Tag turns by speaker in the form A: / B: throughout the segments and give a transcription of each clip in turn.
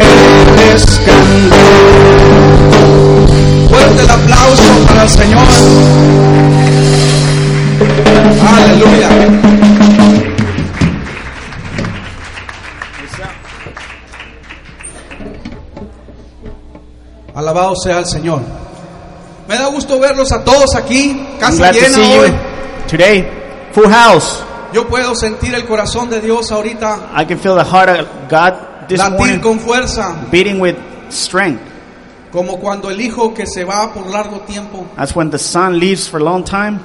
A: El escándalo. Fuerte el aplauso para el Señor. Aleluya. Alabado sea el Señor. Me da gusto verlos a todos aquí,
B: I'm
A: casi
B: glad to
A: llena
B: see
A: hoy.
B: you today. Full house.
A: Yo puedo sentir el corazón de Dios ahorita
B: I can feel the heart of God this
A: latir
B: morning
A: con fuerza,
B: beating with strength.
A: como cuando el hijo que se va por largo tiempo
B: That's when the son leaves for a long time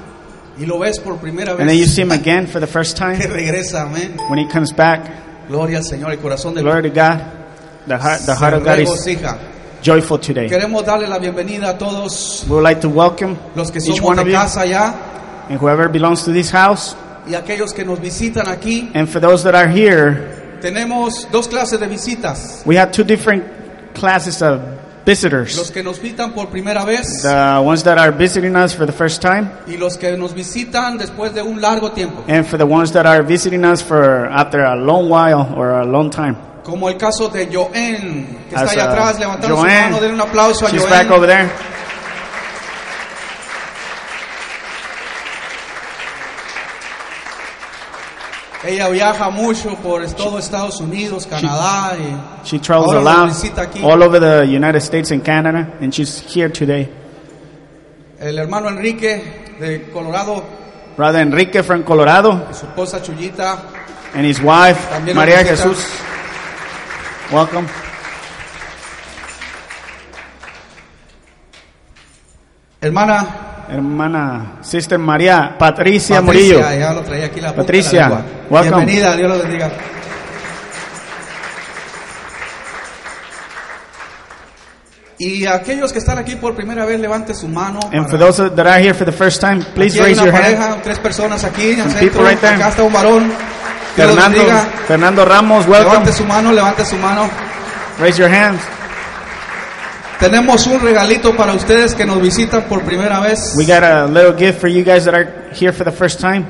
A: y lo ves por primera
B: and then you
A: vez
B: see him again for the first
A: que
B: time.
A: regresa, amén.
B: When he comes back,
A: Gloria al Señor, el corazón de
B: glory to God. The heart, the heart of God is
A: regocija.
B: joyful today.
A: Queremos darle la bienvenida a todos
B: We would like to welcome
A: los que somos
B: each one of
A: de
B: you
A: casa ya
B: and whoever belongs to this house.
A: y aquellos que nos visitan aquí.
B: And for those that are here,
A: Tenemos dos clases de visitas.
B: we have two different classes of visitors.
A: Los que nos visitan por primera vez
B: The ones that are visiting us for the first time
A: y los que nos visitan después de un largo tiempo.
B: and for the ones that are visiting us for after a long while or a long time.
A: Como el caso de Joen, que está
B: As,
A: allá
B: uh,
A: atrás, levantando su
B: Joanne,
A: mano, den un aplauso a
B: She's back
A: Joen.
B: over there.
A: Ella viaja mucho por todo Estados Unidos, Canadá eh, y
B: She travels
A: Ahora nos
B: a
A: visita
B: lot
A: aquí.
B: all over the United States and Canada, and she's here today.
A: el hermano Enrique de Colorado,
B: Brother Enrique from Colorado
A: su esposa Chuyita.
B: and his wife
A: También
B: Maria
A: nos visita.
B: Jesus. Welcome.
A: Hermana
B: Hermana, sister María Patricia, Murillo.
A: Patricia, eh, ya lo traía aquí la punta de
B: Patricia,
A: la lengua.
B: welcome.
A: Bienvenida, Dios la bendiga. Y aquellos que están aquí por primera vez, levante su mano.
B: And
A: para-
B: for those that are here for the first time, please
A: Aquí hay
B: raise
A: una
B: your hand.
A: pareja, tres personas aquí en el
B: Some
A: centro.
B: people right there.
A: Acá está un varón. Dios los
B: Fernando,
A: bendiga.
B: Fernando Ramos, welcome.
A: Levante su mano, levante su mano.
B: Raise your hands.
A: Tenemos un regalito para ustedes que nos visitan por primera vez.
B: We got a little gift for you guys that are here for the first time.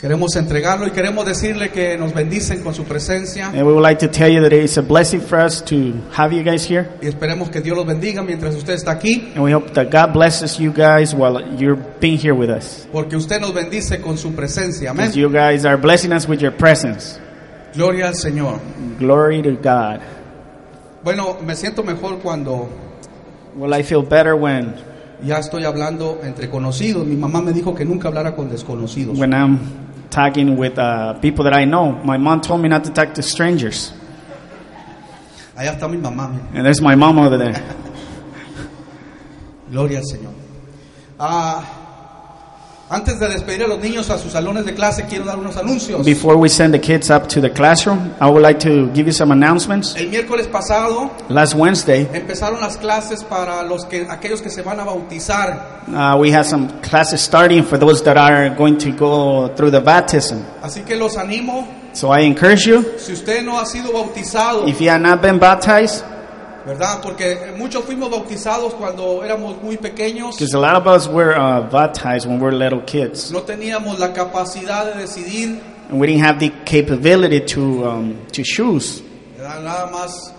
A: Queremos entregarlo y queremos decirle que nos bendicen con su presencia.
B: And we would like to tell you that it's a blessing for us to have you guys here.
A: Y esperemos que Dios los bendiga mientras usted está aquí,
B: And we hope that God blesses you guys while you're being here with us.
A: porque usted nos bendice con su presencia.
B: As
A: Amén.
B: you guys are blessing us with your presence.
A: Gloria al Señor.
B: Glory to God.
A: Bueno, me siento mejor cuando
B: Well, I feel better when
A: ya estoy hablando entre conocidos. Mi mamá me dijo que nunca hablara con desconocidos.
B: when I'm talking with uh, people that I know. My mom told me not to talk to strangers,
A: Allá está mi mamá. mira.
B: and there's my mom over there.
A: Gloria al Señor. Ah, antes de despedir a los niños a sus salones de clase, quiero dar unos anuncios.
B: Before we send the kids up to the classroom, I would like to give you some announcements.
A: El miércoles pasado
B: Last Wednesday,
A: empezaron las clases para los que aquellos que se van a bautizar.
B: uh, we had some classes starting for those that are going to go through the baptism.
A: Así que los animo.
B: So I encourage you,
A: Si usted no ha sido bautizado,
B: if you have not been baptized,
A: ¿verdad? Porque muchos fuimos bautizados cuando éramos muy pequeños.
B: Because a lot of us were uh, baptized when we were little kids,
A: No teníamos la capacidad de decidir,
B: and we didn't have the capability to um, to choose.
A: ¿verdad? Nada más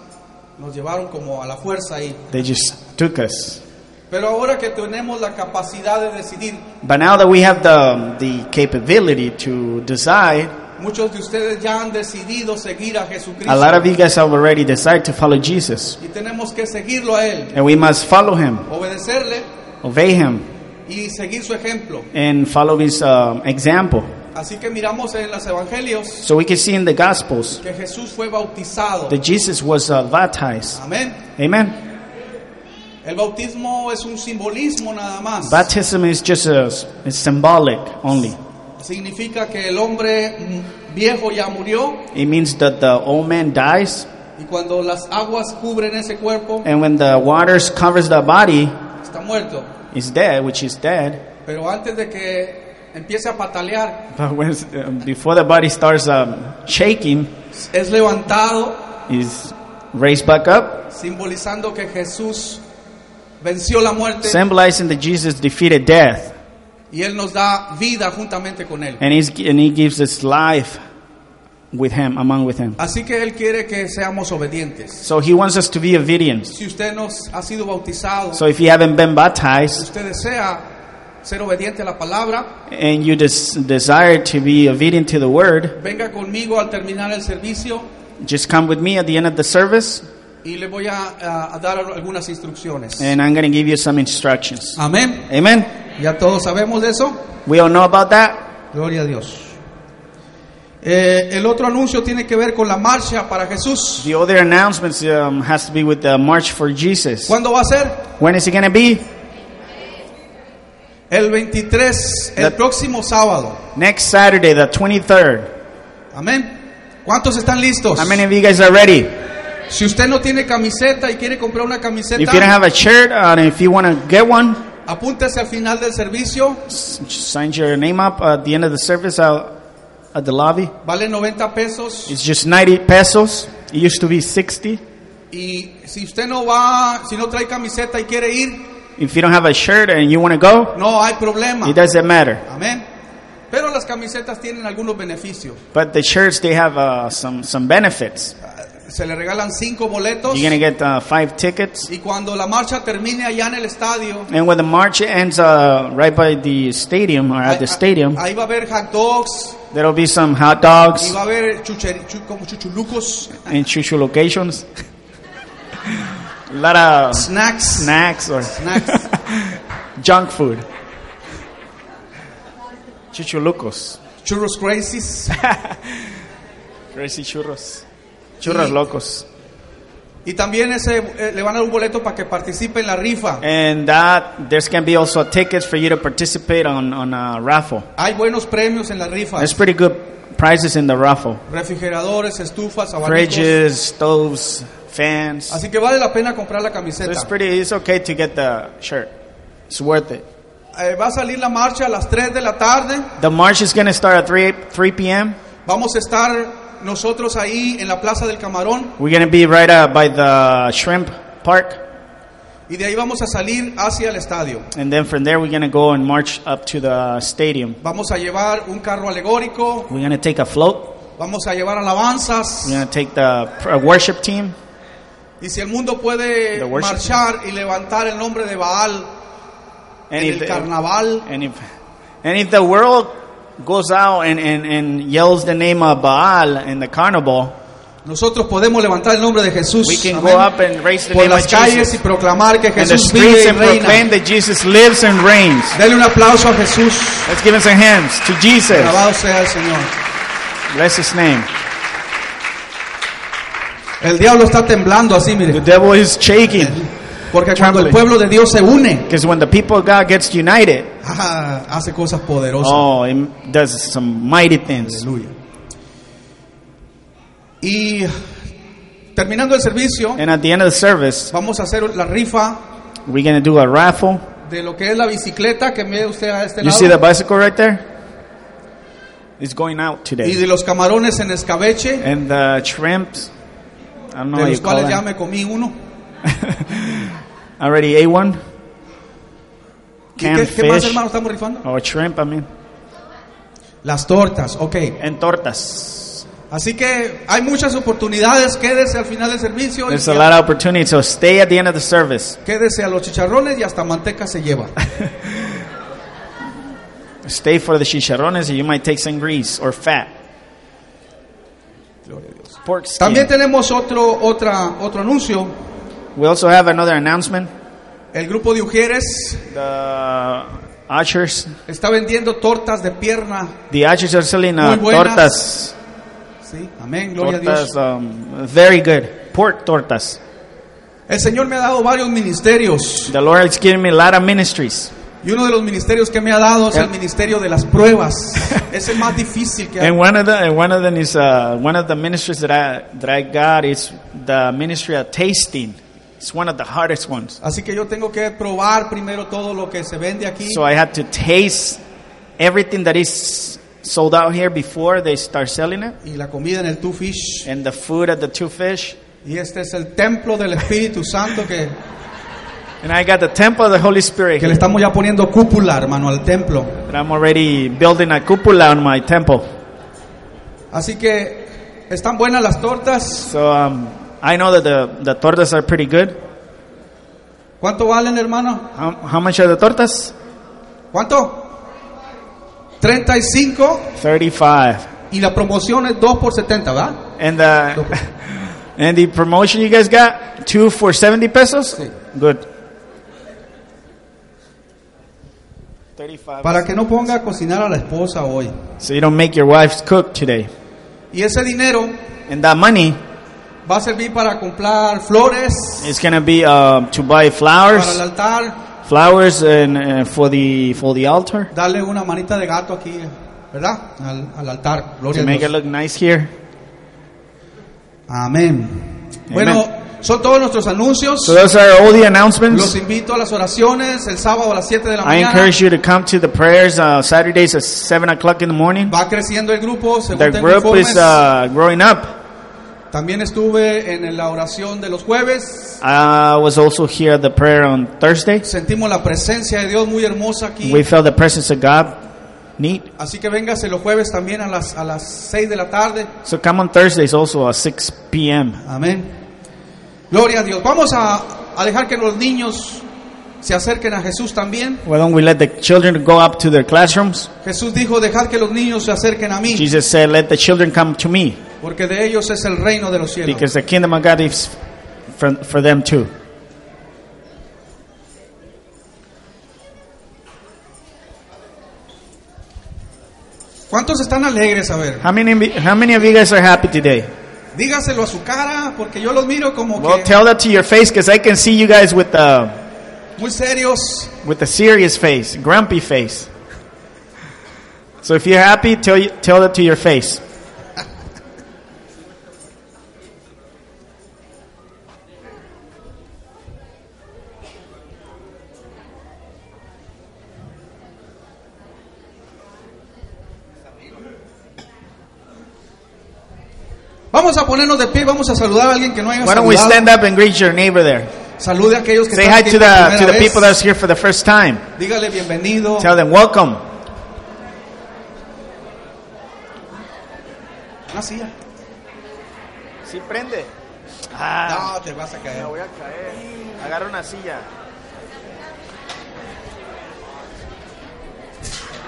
A: nos llevaron como a la fuerza ahí.
B: They just took us.
A: Pero ahora que tenemos la capacidad de decidir,
B: But now that we have the um, the capability to decide,
A: Muchos de ustedes ya han decidido seguir a Jesucristo
B: a lot of you guys have already decided to follow Jesus,
A: y tenemos que seguirlo a Él,
B: and we must follow Him,
A: obedecerle
B: obey Him,
A: y seguir su ejemplo.
B: and follow His um, example.
A: Así que miramos en los evangelios
B: So we can see in the Gospels
A: que Jesús fue bautizado.
B: that Jesus was uh, baptized.
A: Amén.
B: Amen.
A: El bautismo es un simbolismo nada más.
B: Baptism is just a, it's symbolic only.
A: Significa que el hombre mm, viejo ya murió
B: It means that the old man dies
A: y cuando las aguas cubren ese cuerpo
B: And when the waters covers the body,
A: está muerto.
B: is dead, which is dead.
A: Pero antes de que empiece a patalear,
B: But when, um, before the body starts um, shaking,
A: es levantado
B: is raised back up,
A: simbolizando que Jesús venció la muerte.
B: symbolizing that Jesus defeated death.
A: y Él nos da vida juntamente con Él.
B: and, he's, and He gives us life with Him, among with Him.
A: Así que Él quiere que seamos obedientes.
B: So He wants us to be obedient.
A: Si usted no ha sido bautizado,
B: So if you haven't been baptized
A: usted desea ser obediente a la palabra,
B: and you des- desire to be obedient to the Word,
A: venga conmigo al terminar el servicio
B: just come with me at the end of the service,
A: y le voy a, a- a dar algunas instrucciones.
B: and I'm going to give you some instructions.
A: Amén.
B: Amen.
A: Ya todos sabemos de eso.
B: We all know about that.
A: Gloria a Dios. Eh, el otro anuncio tiene que ver con la marcha para Jesús.
B: The other announcements um, has to be with the March for Jesus.
A: ¿Cuándo va a ser?
B: When is it going to be?
A: El 23, el
B: La-
A: próximo sábado.
B: Next Saturday, the 23rd.
A: Amén. ¿Cuántos están listos?
B: How many of you guys are ready?
A: Si usted no tiene camiseta y quiere comprar una
B: If you don't
A: camiseta,
B: have a shirt, uh, and if you want to get one,
A: apúntese al final del servicio.
B: s- sign your name up at the end of the service out at the lobby.
A: Vale 90 pesos.
B: It's just 90 pesos. It used to be 60.
A: Y si usted no va, si no trae camiseta y quiere ir,
B: If you don't have a shirt and you want to go,
A: no hay problema.
B: it doesn't matter.
A: Amén. Pero las camisetas tienen algunos beneficios.
B: But the shirts, they have uh, some, some benefits.
A: Se le regalan cinco boletos.
B: You're going to get uh, five tickets.
A: Y cuando la marcha termine allá en el estadio,
B: And when the march ends uh, right by the stadium or at the stadium,
A: ahí va a haber hot dogs
B: there'll be some hot
A: y
B: dogs
A: va a haber chucheri- chu- como chuchulucos,
B: in shushu locations. a lot of
A: snacks.
B: snacks or
A: Snacks.
B: junk food. Chuchulucos.
A: Churros Crazies.
B: Crazy churros. Churros locos.
A: Y también ese, eh, le van a dar un boleto para que participe en la rifa.
B: And that there's gonna be also tickets for you to participate on on a raffle.
A: Hay buenos premios en la rifa.
B: That's pretty good prizes in the raffle.
A: Refrigeradores, estufas, abanicos.
B: Fridges, stoves, fans.
A: Así que vale la pena comprar la
B: So it's
A: camiseta.
B: pretty. It's okay to get the shirt. It's worth it.
A: Eh, va a salir la marcha a las 3 de la tarde.
B: The march is gonna start at three three p.m.
A: Vamos a estar nosotros ahí en la Plaza del Camarón.
B: We're gonna be right up by the shrimp park,
A: Y de ahí vamos a salir hacia el estadio.
B: and then from there we're gonna go and march up to the stadium.
A: Vamos a llevar un carro alegórico.
B: We're gonna take a float.
A: Vamos a llevar alabanzas.
B: We're gonna take the pr- worship team.
A: Y si el mundo puede
B: The worship.
A: marchar y levantar el nombre de Baal en
B: And
A: el
B: if,
A: carnaval,
B: and if and if the world goes out and, and, and yells the name of Baal in the carnival,
A: nosotros podemos levantar el nombre de Jesús
B: we can
A: amén,
B: go up and raise the
A: por
B: name
A: las
B: of
A: calles
B: Jesus
A: y proclamar que
B: and the
A: Jesús vive
B: streets
A: y
B: and
A: reina.
B: proclaim that Jesus lives and reigns.
A: Dale un aplauso a Jesús.
B: Let's give him some hands to Jesus.
A: Alabado sea el Señor.
B: Bless his name.
A: El diablo está temblando así,
B: The
A: mire,
B: devil is shaking
A: porque cuando el
B: Trembling.
A: pueblo de Dios se une,
B: because when the people of God gets united,
A: ah, hace cosas poderosas.
B: oh, it does some mighty things.
A: Aleluya. Y terminando el servicio,
B: And at the end of the service,
A: vamos a hacer la rifa
B: we're gonna do a raffle.
A: de lo que es la bicicleta que mide usted a este
B: You
A: lado.
B: see the bicycle right there? It's going out
A: y
B: today.
A: de los camarones en escabeche,
B: And the shrimps, I don't know
A: de
B: how you
A: los
B: call
A: cuales ya
B: them.
A: me comí uno.
B: I Already ate one.
A: ¿Qué,
B: Canned
A: qué- qué más,
B: fish.
A: hermano, estamos rifando?
B: Or shrimp, I mean.
A: Las tortas, ok.
B: And tortas.
A: Así que hay muchas oportunidades, quédese al final del servicio,
B: There's a lot of opportunity, so stay at the end of the service.
A: quédese a los chicharrones y hasta manteca se lleva.
B: Stay for the chicharrones, and you might take some grease or fat. Pork
A: También
B: skin.
A: tenemos otro, otra, otro anuncio,
B: We also have another announcement.
A: el grupo de Ujieres
B: The archers,
A: está vendiendo tortas de pierna,
B: the archers are selling
A: Muy
B: uh,
A: buenas.
B: tortas.
A: ¿sí? Amén, gloria a Dios.
B: Tortas, um, very good. Pork tortas.
A: El Señor me ha dado varios ministerios
B: The Lord has given me a lot of ministries.
A: y uno de los ministerios que me ha dado es el
B: Yeah.
A: ministerio de las pruebas, es el más difícil que hay.
B: And one of the and one of them is uh, one of the ministries that I that I got is the ministry of tasting. It's one of the hardest ones.
A: Así que yo tengo que probar primero todo lo que se vende aquí.
B: So I had to taste everything that is sold out here before they start selling it.
A: y la comida en el Two Fish.
B: And the food at the two fish.
A: Y este es el templo del Espíritu Santo que
B: And I got the temple of the Holy Spirit
A: Que le
B: here.
A: estamos ya poniendo cúpula, hermano, al templo.
B: That I'm already building a cupola on my temple.
A: Así que están buenas las tortas.
B: So um, I know that the, the tortas are pretty good.
A: ¿Cuánto valen, hermano?
B: How, how much are the tortas?
A: ¿Cuánto? 35
B: 35.
A: y la promoción es 2 por 70, ¿verdad?
B: And the, and the promotion you guys got? Two for 70 pesos?
A: Sí.
B: Good. 35.
A: Para que no ponga a cocinar a la esposa hoy.
B: So you don't make your wife cook today.
A: Y ese dinero
B: And that money
A: va a servir para comprar flores
B: is going to be um, to
A: para
B: buy
A: el
B: flowers,
A: altar,
B: flowers and uh, for the for the altar
A: darle una manita de gato aquí, ¿verdad? Al, al altar. Gloria
B: to
A: a
B: make it
A: Dios.
B: look nice here.
A: Amén. Bueno, son todos nuestros anuncios.
B: So those are all the
A: Los
B: announcements.
A: invito a las oraciones el sábado a las 7 de la
B: I
A: mañana.
B: encourage you to come to the prayers uh, Saturdays at seven o'clock in the morning.
A: Va creciendo el grupo, según
B: The
A: tengo
B: group
A: informes.
B: is uh, growing up.
A: También estuve en la oración de los jueves.
B: I was also here at the prayer on Thursday.
A: Sentimos la presencia de Dios muy hermosa aquí.
B: We felt the presence of God. Neat.
A: Así que véngase los jueves también a las, a las 6 de la tarde.
B: So come on Thursdays also at 6 p.m.
A: Amén. Gloria a Dios. Vamos a, a dejar que los niños se acerquen a Jesús también.
B: Why don't we let the children go up to their classrooms?
A: Jesús dijo, dejad que los niños se acerquen a mí,
B: Jesus said, let the children come to me
A: porque de ellos es el reino de los cielos.
B: because the kingdom of God is for, for them too.
A: ¿Cuántos están alegres? A ver,
B: How many, how many of you guys are happy today?
A: dígaselo a su cara, porque yo los miro como
B: Well,
A: que
B: tell that to your face because I can see you guys with the,
A: muy serios.
B: with a serious face, grumpy face. So if you're happy, tell, you- tell that to your face.
A: Vamos a ponernos de pie, vamos a saludar a alguien que no haya
B: Why don't we
A: saludado.
B: stand up and greet your neighbor there?
A: Salude a aquellos que
B: Say
A: están
B: hi
A: aquí
B: to
A: por
B: the,
A: primera
B: to the
A: vez.
B: people that's here for the first time.
A: Dígale bienvenido.
B: Tell them, welcome.
A: Una silla.
B: Si prende. Ah,
A: No, te vas a caer.
B: voy a caer. Agarra una silla.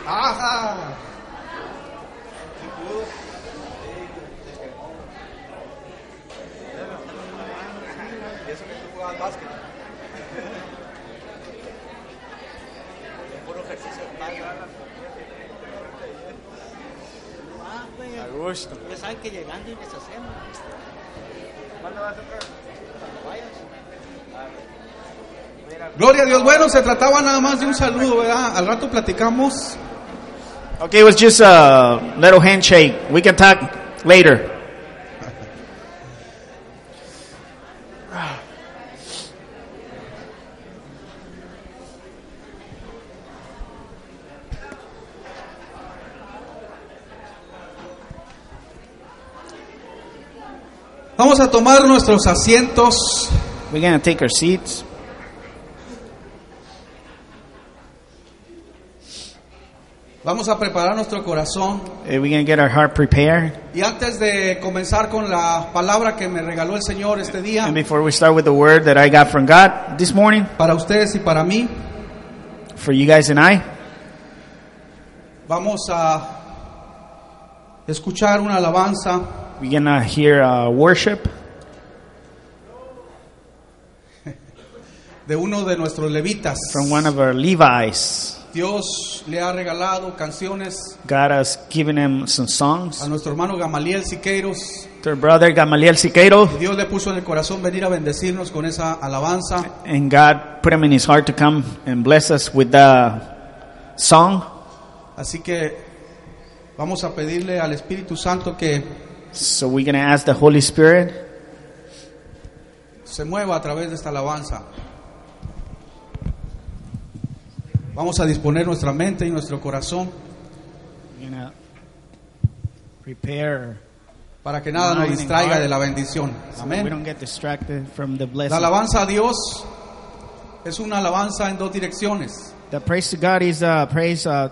A: Ajá.
B: A gusto.
C: Ya saben que llegando y deshacemos.
A: Gloria a Dios. Bueno, se trataba nada más de un saludo, ¿verdad? Al rato platicamos.
B: Okay, it was just a little handshake. We can talk later.
A: Vamos a tomar nuestros asientos.
B: We're going to take our seats.
A: Vamos a preparar nuestro corazón.
B: Uh, We're going to get our heart prepared.
A: Y antes de comenzar con la palabra que me regaló el Señor este día,
B: And before we start with the word that I got from God this morning
A: para ustedes y para mí,
B: for you guys and I,
A: vamos a escuchar una alabanza.
B: we're going to hear uh, worship
A: de uno de nuestros levitas.
B: from one of our Levites.
A: Dios le ha regalado canciones
B: God has given him some
A: a
B: songs.
A: nuestro hermano Gamaliel Siqueiros.
B: Their brother Gamaliel Siqueiro,
A: Y Dios le puso en el corazón venir a bendecirnos con esa alabanza.
B: and God put him in his heart to come and bless us with the song.
A: Así que vamos a pedirle al Espíritu Santo que
B: So we're going to ask the Holy Spirit
A: se mueva a través de esta alabanza. Vamos a disponer nuestra mente y nuestro corazón
B: you know, prepare
A: para que nada nos distraiga de la bendición.
B: so we
A: Amén.
B: don't get distracted from the
A: La
B: blessing.
A: alabanza a Dios es una alabanza en dos direcciones,
B: The praise to God is uh, praise uh,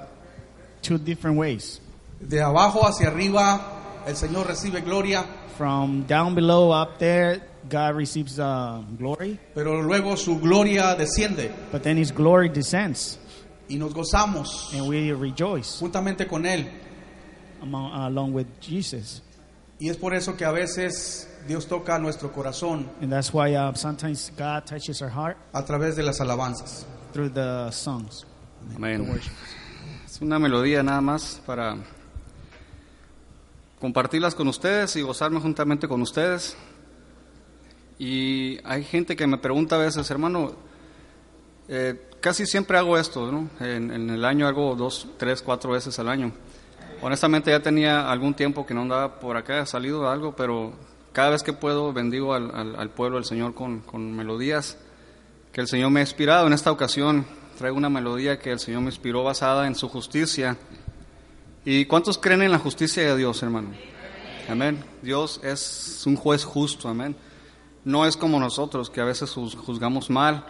B: two different ways.
A: de abajo hacia arriba, el Señor recibe gloria,
B: From down below up there, God receives uh, glory,
A: pero luego su gloria desciende
B: but then His glory descends,
A: y nos gozamos
B: and we rejoice
A: juntamente con Él.
B: among, uh, along with Jesus.
A: Y es por eso que a veces Dios toca nuestro corazón
B: And that's why uh, sometimes God touches our heart
A: a través de las alabanzas.
B: through the songs.
D: Amén. Es una melodía nada más para compartirlas con ustedes y gozarme juntamente con ustedes. Y hay gente que me pregunta a veces, hermano, eh, casi siempre hago esto, ¿no? En, en el año hago dos, tres, cuatro veces al año. Honestamente ya tenía algún tiempo que no andaba por acá, salido de algo, pero cada vez que puedo bendigo al, al- al pueblo del Señor con, con melodías que el Señor me ha inspirado. En esta ocasión traigo una melodía que el Señor me inspiró basada en su justicia. ¿Y cuántos creen en la justicia de Dios, hermano? Amén. Dios es un juez justo, amén. No es como nosotros, que a veces juz- juzgamos mal,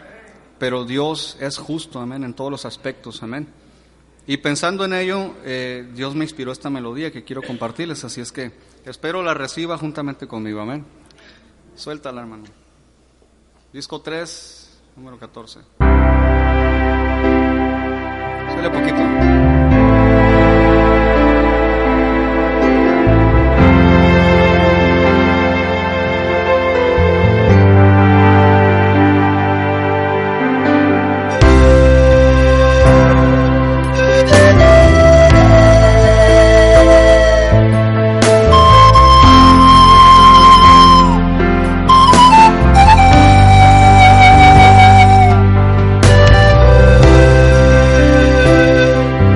D: pero Dios es justo, amén, en todos los aspectos, amén. Y pensando en ello, eh, Dios me inspiró esta melodía que quiero compartirles, así es que espero la reciba juntamente conmigo, amén. Suéltala, hermano. Disco 3, número 14. Suele poquito.
E: Thank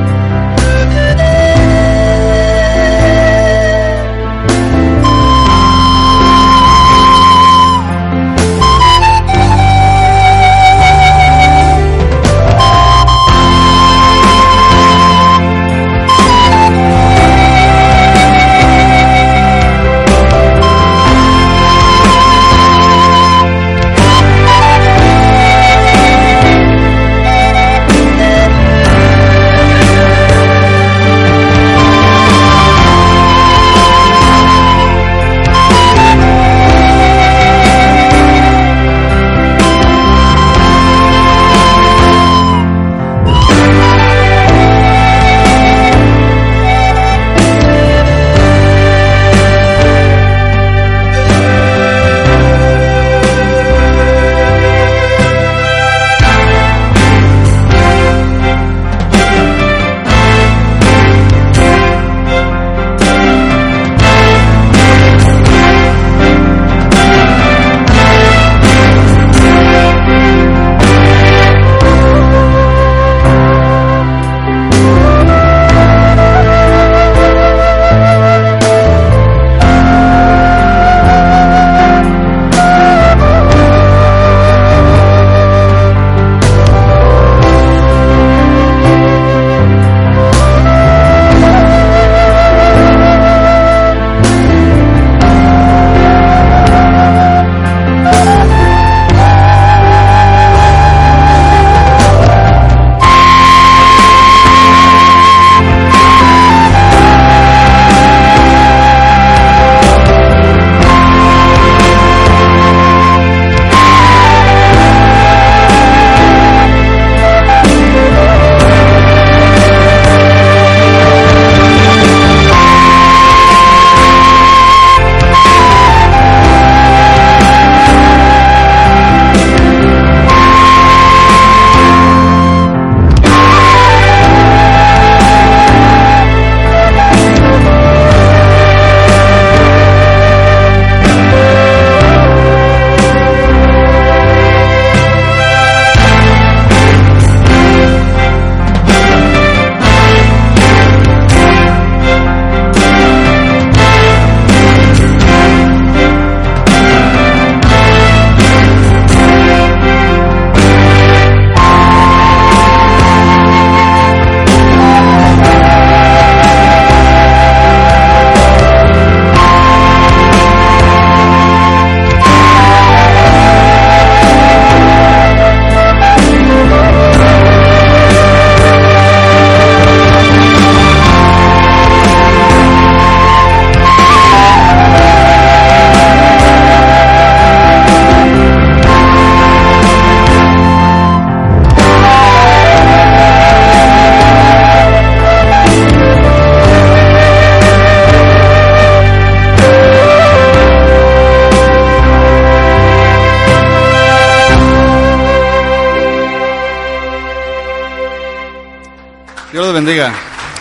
D: los bendiga.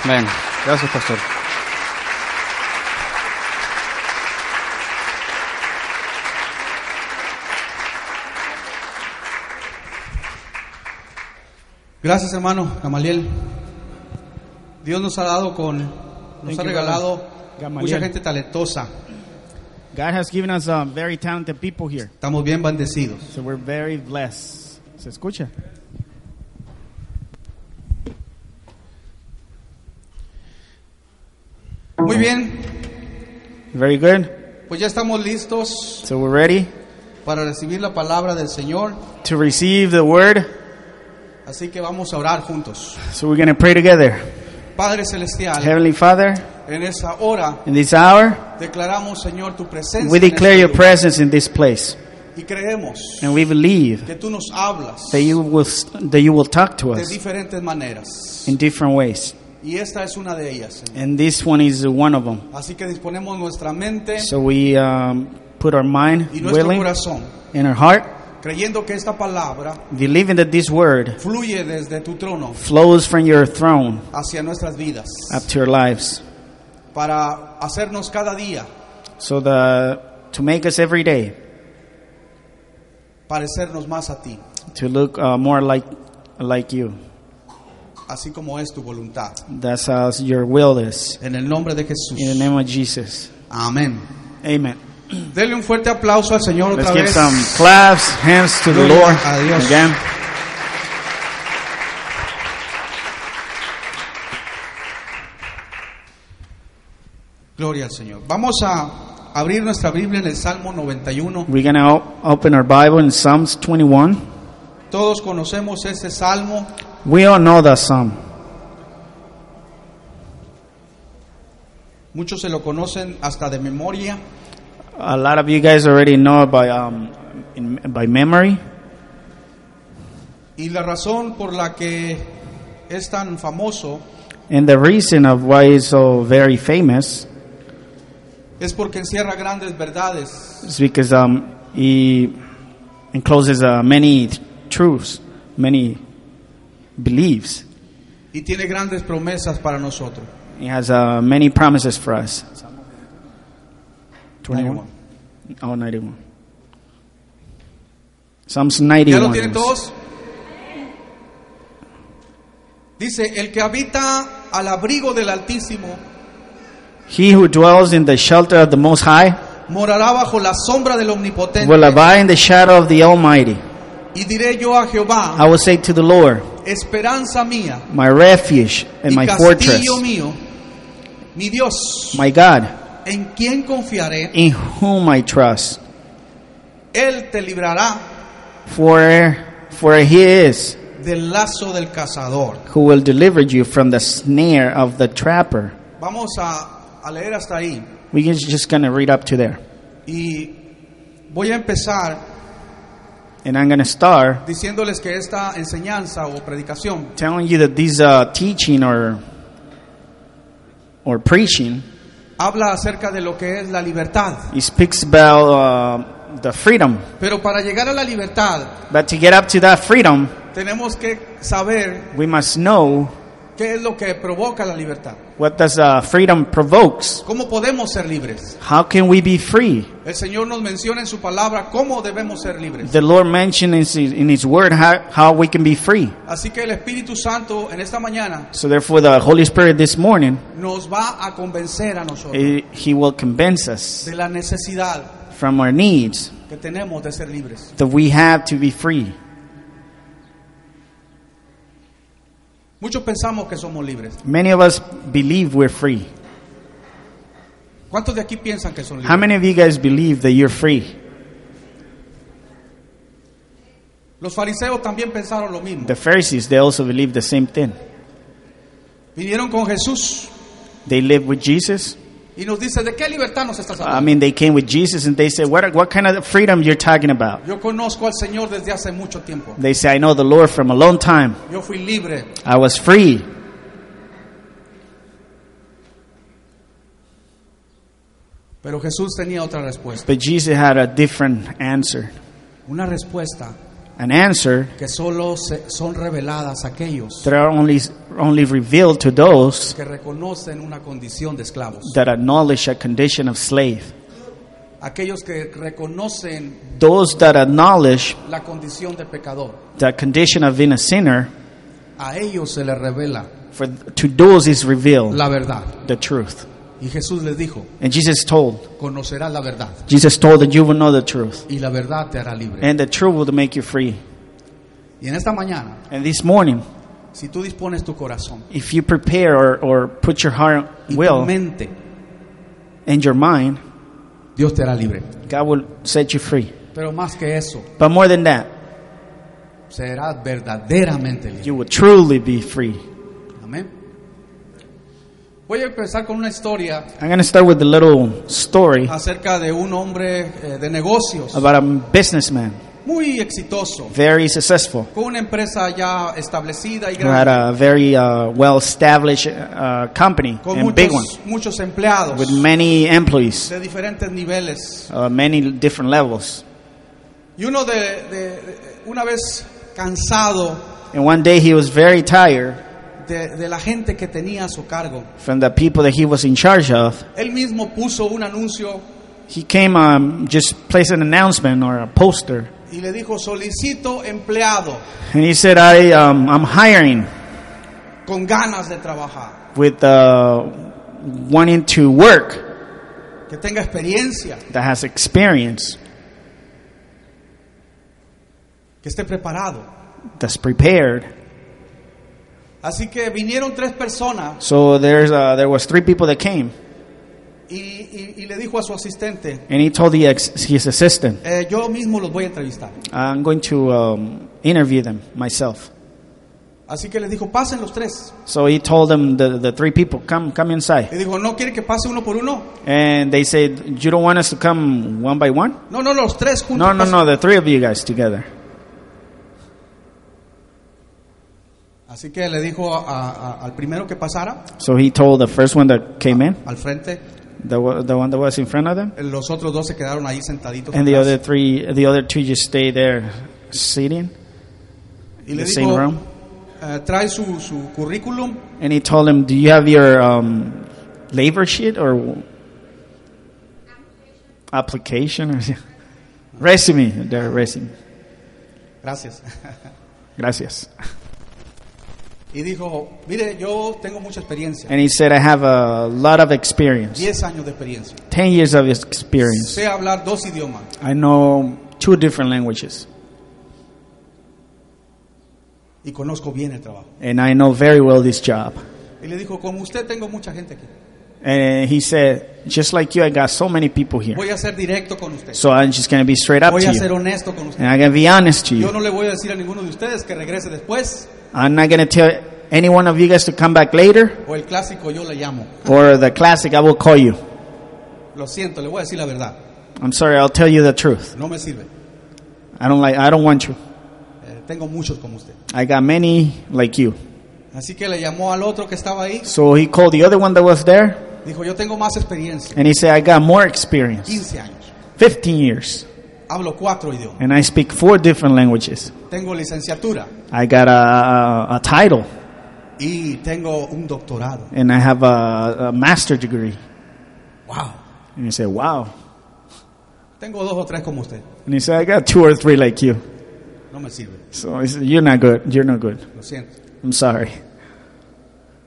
D: Amén. Gracias, pastor.
A: Gracias, hermano Gamaliel. Dios nos ha dado con, nos
F: Thank
A: ha
F: you,
A: regalado
F: brother. Gamaliel.
A: mucha gente talentosa.
F: God has given us um, very talented people here,
A: Estamos bien bendecidos.
F: so we're very blessed. Se escucha.
A: Muy bien,
B: Very good.
A: pues ya estamos listos
B: So we're ready
A: para recibir la palabra del Señor,
B: to receive the word.
A: así que vamos a orar juntos.
B: So we're going to pray together.
A: Padre Celestial,
B: Heavenly Father,
A: en esa hora
B: in this hour,
A: declaramos, Señor, tu presencia.
B: we
A: en
B: declare
A: este
B: your
A: lugar.
B: presence in this place.
A: Y creemos
B: And we believe
A: que tú nos hablas
B: that you will, that you will talk to
A: de
B: us
A: diferentes maneras.
B: in different ways.
A: Y esta es una de ellas, Señor.
B: And this one is one of them.
A: Así que disponemos nuestra mente
B: So we um, put our mind
A: y nuestro
B: willing
A: corazón,
B: in our heart,
A: creyendo que esta palabra
B: believing that this word
A: fluye desde tu trono
B: flows from your throne
A: hacia nuestras vidas
B: up to your lives.
A: para hacernos cada día
B: So the, to make us every day
A: parecernos más a ti,
B: to look uh, more like, like you.
A: así como es tu voluntad.
B: That's how your will is.
A: En el nombre de Jesús.
B: In the name of Jesus.
A: Amén.
B: Amen.
A: Dele un fuerte aplauso al Señor
B: Let's
A: otra
B: give
A: vez.
B: some claps, hands to the
A: Gloria
B: Lord
A: a Dios.
B: again.
A: Gloria al Señor. Vamos a abrir nuestra Biblia en el Salmo 91.
B: We're going to op- open our Bible in Psalms 21.
A: Todos conocemos este salmo.
B: We all know that psalm.
A: Muchos se lo conocen hasta de memoria.
B: A lot of you guys already know it by, um, in, by memory.
A: Y la razón por la que es tan famoso
B: And the reason of why it's so very famous
A: es porque encierra grandes verdades
B: is because um, he encloses uh, many truths, many beliefs.
A: y tiene grandes promesas para nosotros.
B: He has uh, many promises for us. 21? Oh, 91. Psalms
A: ¿Ya
B: 91.
A: lo tienen todos? Dice, el que habita al abrigo del Altísimo
B: He who dwells in the shelter of the Most High
A: morará bajo la sombra del
B: will
A: Omnipotente.
B: abide in the shadow of the Almighty.
A: Y diré yo a Jehová,
B: I will say to the Lord,
A: esperanza mía
B: my refuge and
A: y
B: my fortress,
A: castillo mío, mi Dios,
B: my God,
A: en quien confiaré,
B: in whom I trust.
A: Él te librará
B: For, for he is
A: del lazo del cazador.
B: who will deliver you from the snare of the trapper.
A: Vamos a, a leer hasta ahí.
B: We're just going to read up to there.
A: Y voy a empezar
B: And I'm going to start
A: diciéndoles que esta enseñanza o predicación
B: telling you that this uh, teaching or or preaching
A: habla acerca de lo que es la libertad.
B: it speaks about uh, the freedom
A: Pero para llegar a la libertad
B: but to get up to that freedom
A: tenemos que saber
B: we must know
A: qué es lo que provoca la libertad.
B: what does uh, freedom provokes
A: ¿Cómo podemos ser libres?
B: how can we be free
A: El Señor nos menciona en su palabra cómo debemos ser libres.
B: the lord mentioned in his, in his word how, how we can be free
A: Así que el Espíritu Santo en esta mañana
B: so therefore the holy spirit this morning
A: nos va a convencer a nosotros
B: eh, he will convince us
A: de la necesidad
B: from our needs
A: que tenemos de ser libres.
B: that we have to be free
A: Muchos pensamos que somos libres.
B: many of us believe we're free
A: ¿Cuántos de aquí piensan que son libres?
B: how many of you guys believe that you're free
A: Los fariseos también pensaron lo mismo.
B: The Pharisees, they also believed the same thing.
A: Vinieron con Jesús
B: They lived with Jesus.
A: y nos dice, ¿de qué libertad nos estás
B: I
A: hablando?
B: mean, they came with Jesus and they said, what, what kind of freedom you're talking about?
A: Yo conozco al Señor desde hace mucho tiempo.
B: They say, I know the Lord from a long time.
A: Yo fui libre.
B: I was free.
A: Pero Jesús tenía otra respuesta.
B: But Jesus had a different answer.
A: Una respuesta
B: an answer
A: que solo se- son reveladas a aquellos
B: that are only, only revealed to those
A: que reconocen una condición de esclavos,
B: that acknowledge a condition of slave,
A: aquellos que reconocen
B: those that acknowledge
A: la condición de pecador.
B: the condition of being a sinner.
A: A ellos se les revela
B: For to those is revealed
A: la verdad.
B: the truth.
A: Y Jesús les dijo,
B: And Jesus told,
A: conocerás la verdad
B: Jesus told that you will know the truth,
A: y la verdad te hará libre.
B: and the truth will make you free.
A: Y en esta mañana,
B: And this morning,
A: si tú dispones tu corazón
B: if you prepare or, or put your heart
A: y tu
B: will
A: mente,
B: and your mind,
A: Dios te hará libre.
B: God will set you free.
A: Pero más que eso,
B: But more than that,
A: serás verdaderamente libre.
B: you will truly be free.
A: Amén. Voy a empezar con una historia
B: I'm going to start with a little story
A: acerca de un hombre eh, de negocios
B: about a businessman,
A: muy exitoso,
B: very successful,
A: con una empresa ya establecida y
B: who had
A: grande,
B: a very uh, well-established uh, company
A: con
B: and big one
A: muchos, muchos empleados
B: with many employees,
A: de diferentes niveles.
B: uh, many different levels.
A: Y uno de, de- de- una vez cansado
B: And one day he was very tired
A: de, de la gente que tenía a su cargo,
B: from the people that he was in charge of.
A: él mismo puso un anuncio
B: He came, um, just placed an announcement or a poster,
A: y le dijo, solicito empleado
B: and he said, "I, um, I'm hiring
A: con ganas de trabajar,
B: with uh, wanting to work
A: que tenga experiencia,
B: that has experience,
A: que esté preparado.
B: that's prepared."
A: Así que vinieron tres personas
B: So there's uh, there was three people that came,
A: y, y- y le dijo a su asistente,
B: and he told the ex- his assistant,
A: "Eh, yo mismo los voy a entrevistar.
B: "I'm going to um, interview them myself."
A: Así que les dijo, pasen los tres.
B: So he told them the, the three people, "Come, come inside."
A: Le dijo, ¿no quiere que pase uno por uno?
B: And they said, "You don't want us to come one by one?"
A: No, no, los tres juntos.
B: No, no,
A: pasen".
B: no, the three of you guys together.
A: Así que le dijo a- a- al primero que pasara,
B: So he told the first one that came in,
A: al frente,
B: the, wa- the one that was in front of them,
A: los otros dos se quedaron ahí sentaditos.
B: and the
A: atrás.
B: other three, the other two just stay there sitting.
A: y le
B: the
A: dijo,
B: same room.
A: "Eh, trae su, su currículum
B: And he told him, "Do you have your um, labor sheet or w- application or resume? Their resume.
A: Gracias.
B: Gracias."
A: Y dijo, mire, yo tengo mucha experiencia.
B: And he said, "I have a lot of experience,
A: 10 años de experiencia.
B: ten years of experience.
A: Sé hablar dos idiomas.
B: I know two different languages,
A: Y conozco bien el trabajo.
B: and I know very well this job."
A: Y le dijo, como usted tengo mucha gente aquí.
B: And he said, just like you, I got so many people here.
A: Voy a ser directo con usted.
B: So I'm just going to be straight up
A: Voy
B: to
A: a ser
B: you.
A: honesto con usted.
B: And I'm going to be honest to
A: Yo
B: you.
A: no le voy a decir a ninguno de ustedes que regrese después.
B: I'm not going to tell any one of you guys to come back later
A: O el clásico yo le llamo.
B: or the classic, I will call you.
A: Lo siento, le voy a decir la verdad.
B: I'm sorry, I'll tell you the truth.
A: No me sirve.
B: I don't like, I don't want you.
A: Eh, tengo muchos como usted.
B: I got many like you.
A: Así que le llamó al otro que estaba ahí.
B: So he called the other one that was there
A: Dijo, yo tengo más experiencia.
B: and he said, I got more experience.
A: 15 años.
B: 15 years.
A: Hablo cuatro idiomas.
B: And I speak four different languages.
A: Tengo licenciatura
B: I got a, a, a title
A: y tengo un doctorado.
B: and I have a, a master degree.
A: Wow.
B: And he said, wow.
A: Tengo dos o tres como usted.
B: And he said, I got two or three like you.
A: No me sirve.
B: So he said, you're not good. You're not good.
A: Lo siento.
B: I'm sorry.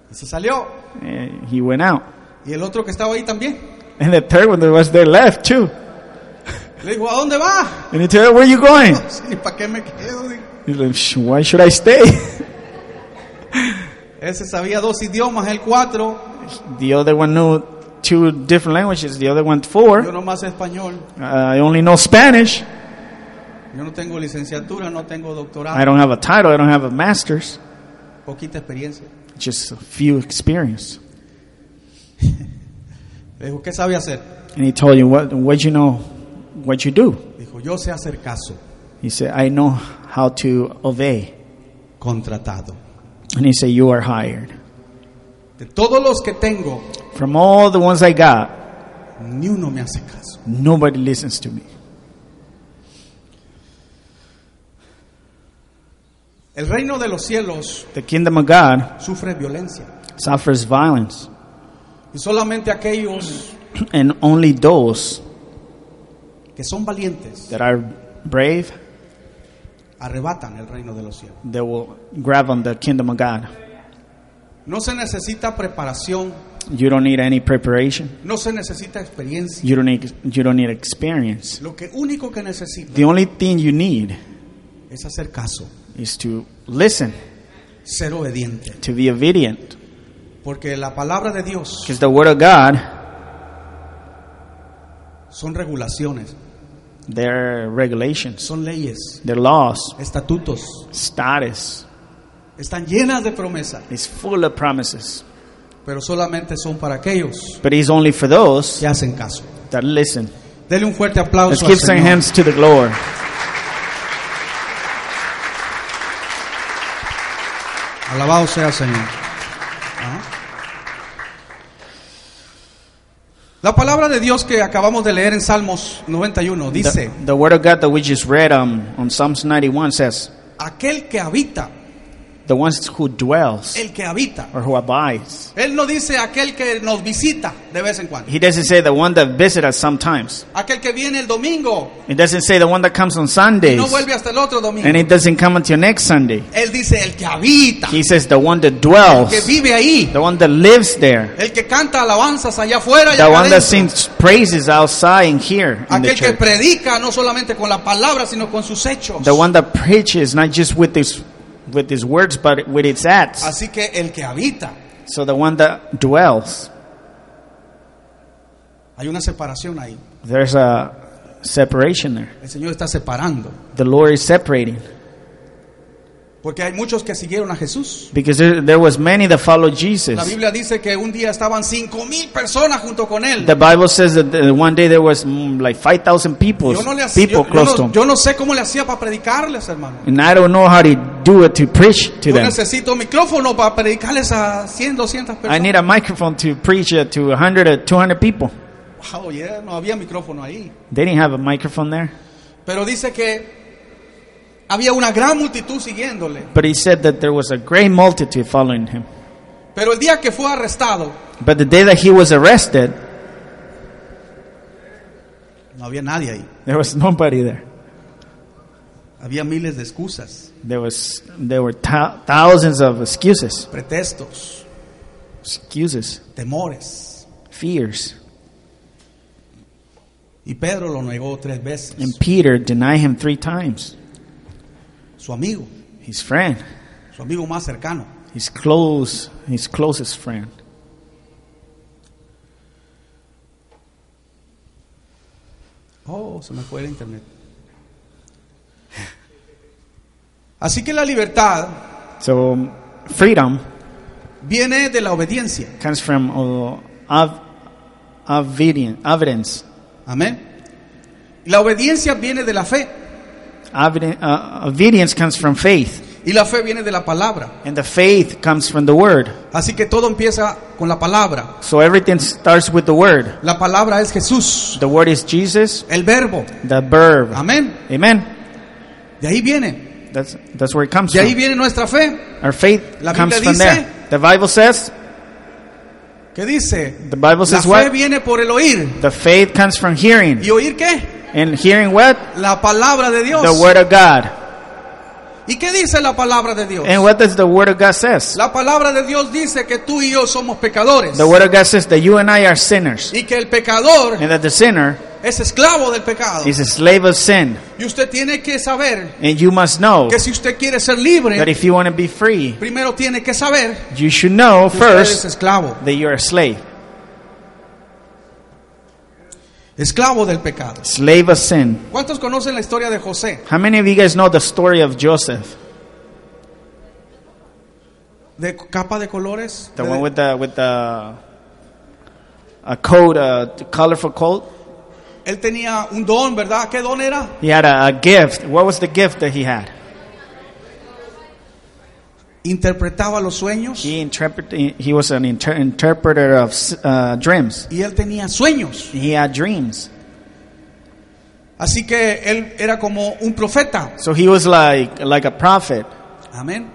A: Y se salió.
B: And he went out.
A: Y el otro que estaba ahí también.
B: And the third one that was there left too.
A: Le dijo, ¿a dónde va?
B: And he said, where are you going?
A: ¿Y para qué me quedo? Dijo.
B: He's like, "Sh- why should I stay?
A: Ese sabía dos idiomas, el cuatro.
B: The other one knew two different languages. The other one
A: Yo
B: four.
A: nomás español.
B: Uh, I only know Spanish.
A: Yo no tengo licenciatura, no tengo
B: I
A: doctorado.
B: don't have a title. I don't have a master's.
A: Poquita experiencia.
B: Just a few experience.
A: Le dijo, ¿qué sabe hacer?
B: And he told you, what, what you know, what you do.
A: Dijo, yo sé hacer caso.
B: He said, I know how to obey.
A: Contratado.
B: And he said, you are hired.
A: De todos los que tengo,
B: From all the ones I got,
A: ni uno me hace caso.
B: nobody listens to me.
A: El reino de los cielos
B: The kingdom of God
A: sufre violencia.
B: suffers violence,
A: Y solamente aquellos
B: and only those
A: que son valientes
B: that are brave
A: arrebatan el reino de los cielos.
B: they will grab on the kingdom of God.
A: No se necesita preparación,
B: You don't need any preparation.
A: no se necesita experiencia.
B: You don't need you don't need experience.
A: Lo que único que necesita
B: The only thing you need
A: es hacer caso,
B: is to listen,
A: ser obediente,
B: to be obedient,
A: porque la palabra de Dios
B: because the word of God,
A: son regulaciones,
B: their regulations,
A: son leyes,
B: their laws,
A: estatutos,
B: status
A: están llenas de promesas,
B: is full of promises,
A: pero solamente son para aquellos
B: but it's only for those
A: que hacen caso.
B: that listen.
A: Dele un fuerte
B: Let's
A: aplauso. al
B: give some
A: Señor.
B: hands to the Lord.
A: Alabado sea el Señor. Ajá. La palabra de Dios que acabamos de leer en Salmos 91 dice,
B: The, the word of God that we just read um, on Psalms 91 says,
A: aquel que habita,
B: "The ones who dwells
A: el que habita.
B: or who abides."
A: Él no dice aquel que nos visita de vez en cuando,
B: He doesn't say the one that visits us sometimes.
A: aquel que viene el domingo
B: He doesn't say the one that comes on
A: y
B: Sundays,
A: no vuelve hasta el otro domingo.
B: and it doesn't come until next Sunday.
A: Él dice el que habita,
B: He says the one that
A: que
B: dwells,
A: vive ahí,
B: the one that lives there,
A: el que canta alabanzas allá afuera y
B: the
A: acá
B: one that
A: adentro.
B: sings praises outside and here in the
A: aquel que
B: church,
A: predica no solamente con la palabra sino con sus hechos.
B: the one that preaches not just with his with his words but with its acts.
A: Así que el que habita,
B: So the one that dwells,
A: hay una separación ahí.
B: there's a separation there.
A: El Señor está separando.
B: The Lord is separating.
A: Porque hay muchos que siguieron a Jesús.
B: Because there, there was many that followed
A: La
B: Jesus.
A: Biblia dice que un día estaban cinco mil personas junto con él.
B: The Bible says that the- one day there was mm, like 5,000 people,
A: Yo no, le hacía,
B: people
A: yo, yo
B: close to
A: no,
B: him.
A: yo no sé cómo le hacía para predicarles, hermano.
B: And I don't know how to do it to preach to
A: Yo
B: them.
A: necesito micrófono para predicarles a 100, 200
B: I
A: personas.
B: need a microphone to preach it to 100 or 200 people.
A: Wow, yeah, Ah, no había micrófono ahí.
B: They didn't have a microphone there.
A: Pero dice que había una gran multitud siguiéndole.
B: But he said that there was a great multitude following him.
A: Pero el día que fue arrestado,
B: But the day that he was arrested,
A: no había nadie ahí.
B: there was nobody there.
A: Había miles de excusas,
B: There was there were thou- thousands of excuses,
A: pretextos,
B: excuses,
A: temores.
B: fears.
A: Y Pedro lo negó tres veces.
B: And Peter denied him three times.
A: Su amigo,
B: His friend,
A: su amigo más cercano.
B: his close, his closest friend.
A: Oh, se me fue el internet. Así que la libertad
B: So um, freedom
A: viene de la obediencia.
B: comes from uh, ob- obedience, evidence,
A: Amén. La obediencia viene de la fe.
B: Obedi- uh, obedience comes from faith,
A: Y la fe viene de la palabra.
B: and the faith comes from the word.
A: Así que todo empieza con la palabra.
B: So everything starts with the word.
A: La palabra es Jesús,
B: The word is Jesus,
A: el verbo.
B: the verb.
A: Amén.
B: Amen.
A: De ahí viene.
B: That's that's where it comes
A: De ahí
B: from.
A: viene nuestra fe.
B: Our faith
A: La
B: comes
A: Biblia
B: from
A: dice-
B: there. The Bible says.
A: ¿Qué dice?
B: The Bible
A: La
B: says
A: fe
B: what?
A: viene por el oír.
B: The faith comes from hearing,
A: ¿Y oír qué?
B: and hearing what?
A: La palabra de Dios.
B: The word of God.
A: ¿Y qué dice la palabra de Dios?
B: And what does the word of God says?
A: La palabra de Dios dice que tú y yo somos pecadores.
B: The word of God says that you and I are sinners,
A: Y que el pecador
B: and that the sinner
A: es esclavo del pecado.
B: is a slave of sin.
A: Y usted tiene que saber
B: And you must know
A: que si usted quiere ser
B: that
A: libre,
B: if you want to be free,
A: primero tiene que saber
B: you should know
A: Usted es
B: first
A: esclavo,
B: that you're a slave,
A: esclavo del pecado.
B: slave of sin.
A: ¿Cuántos conocen la historia de José?
B: How many of you guys know the story of Joseph,
A: De capa de colores.
B: the
A: de-
B: one with the with the a coat, a colorful coat?
A: él tenía un don, ¿verdad? ¿Qué don era?
B: He had a, a gift. What was the gift that he had?
A: Interpretaba los sueños
B: He interpreted. He was an inter- interpreter of s- uh, dreams.
A: y él tenía sueños.
B: He had dreams.
A: Así que él era como un profeta.
B: So he was like like a prophet.
A: Amén.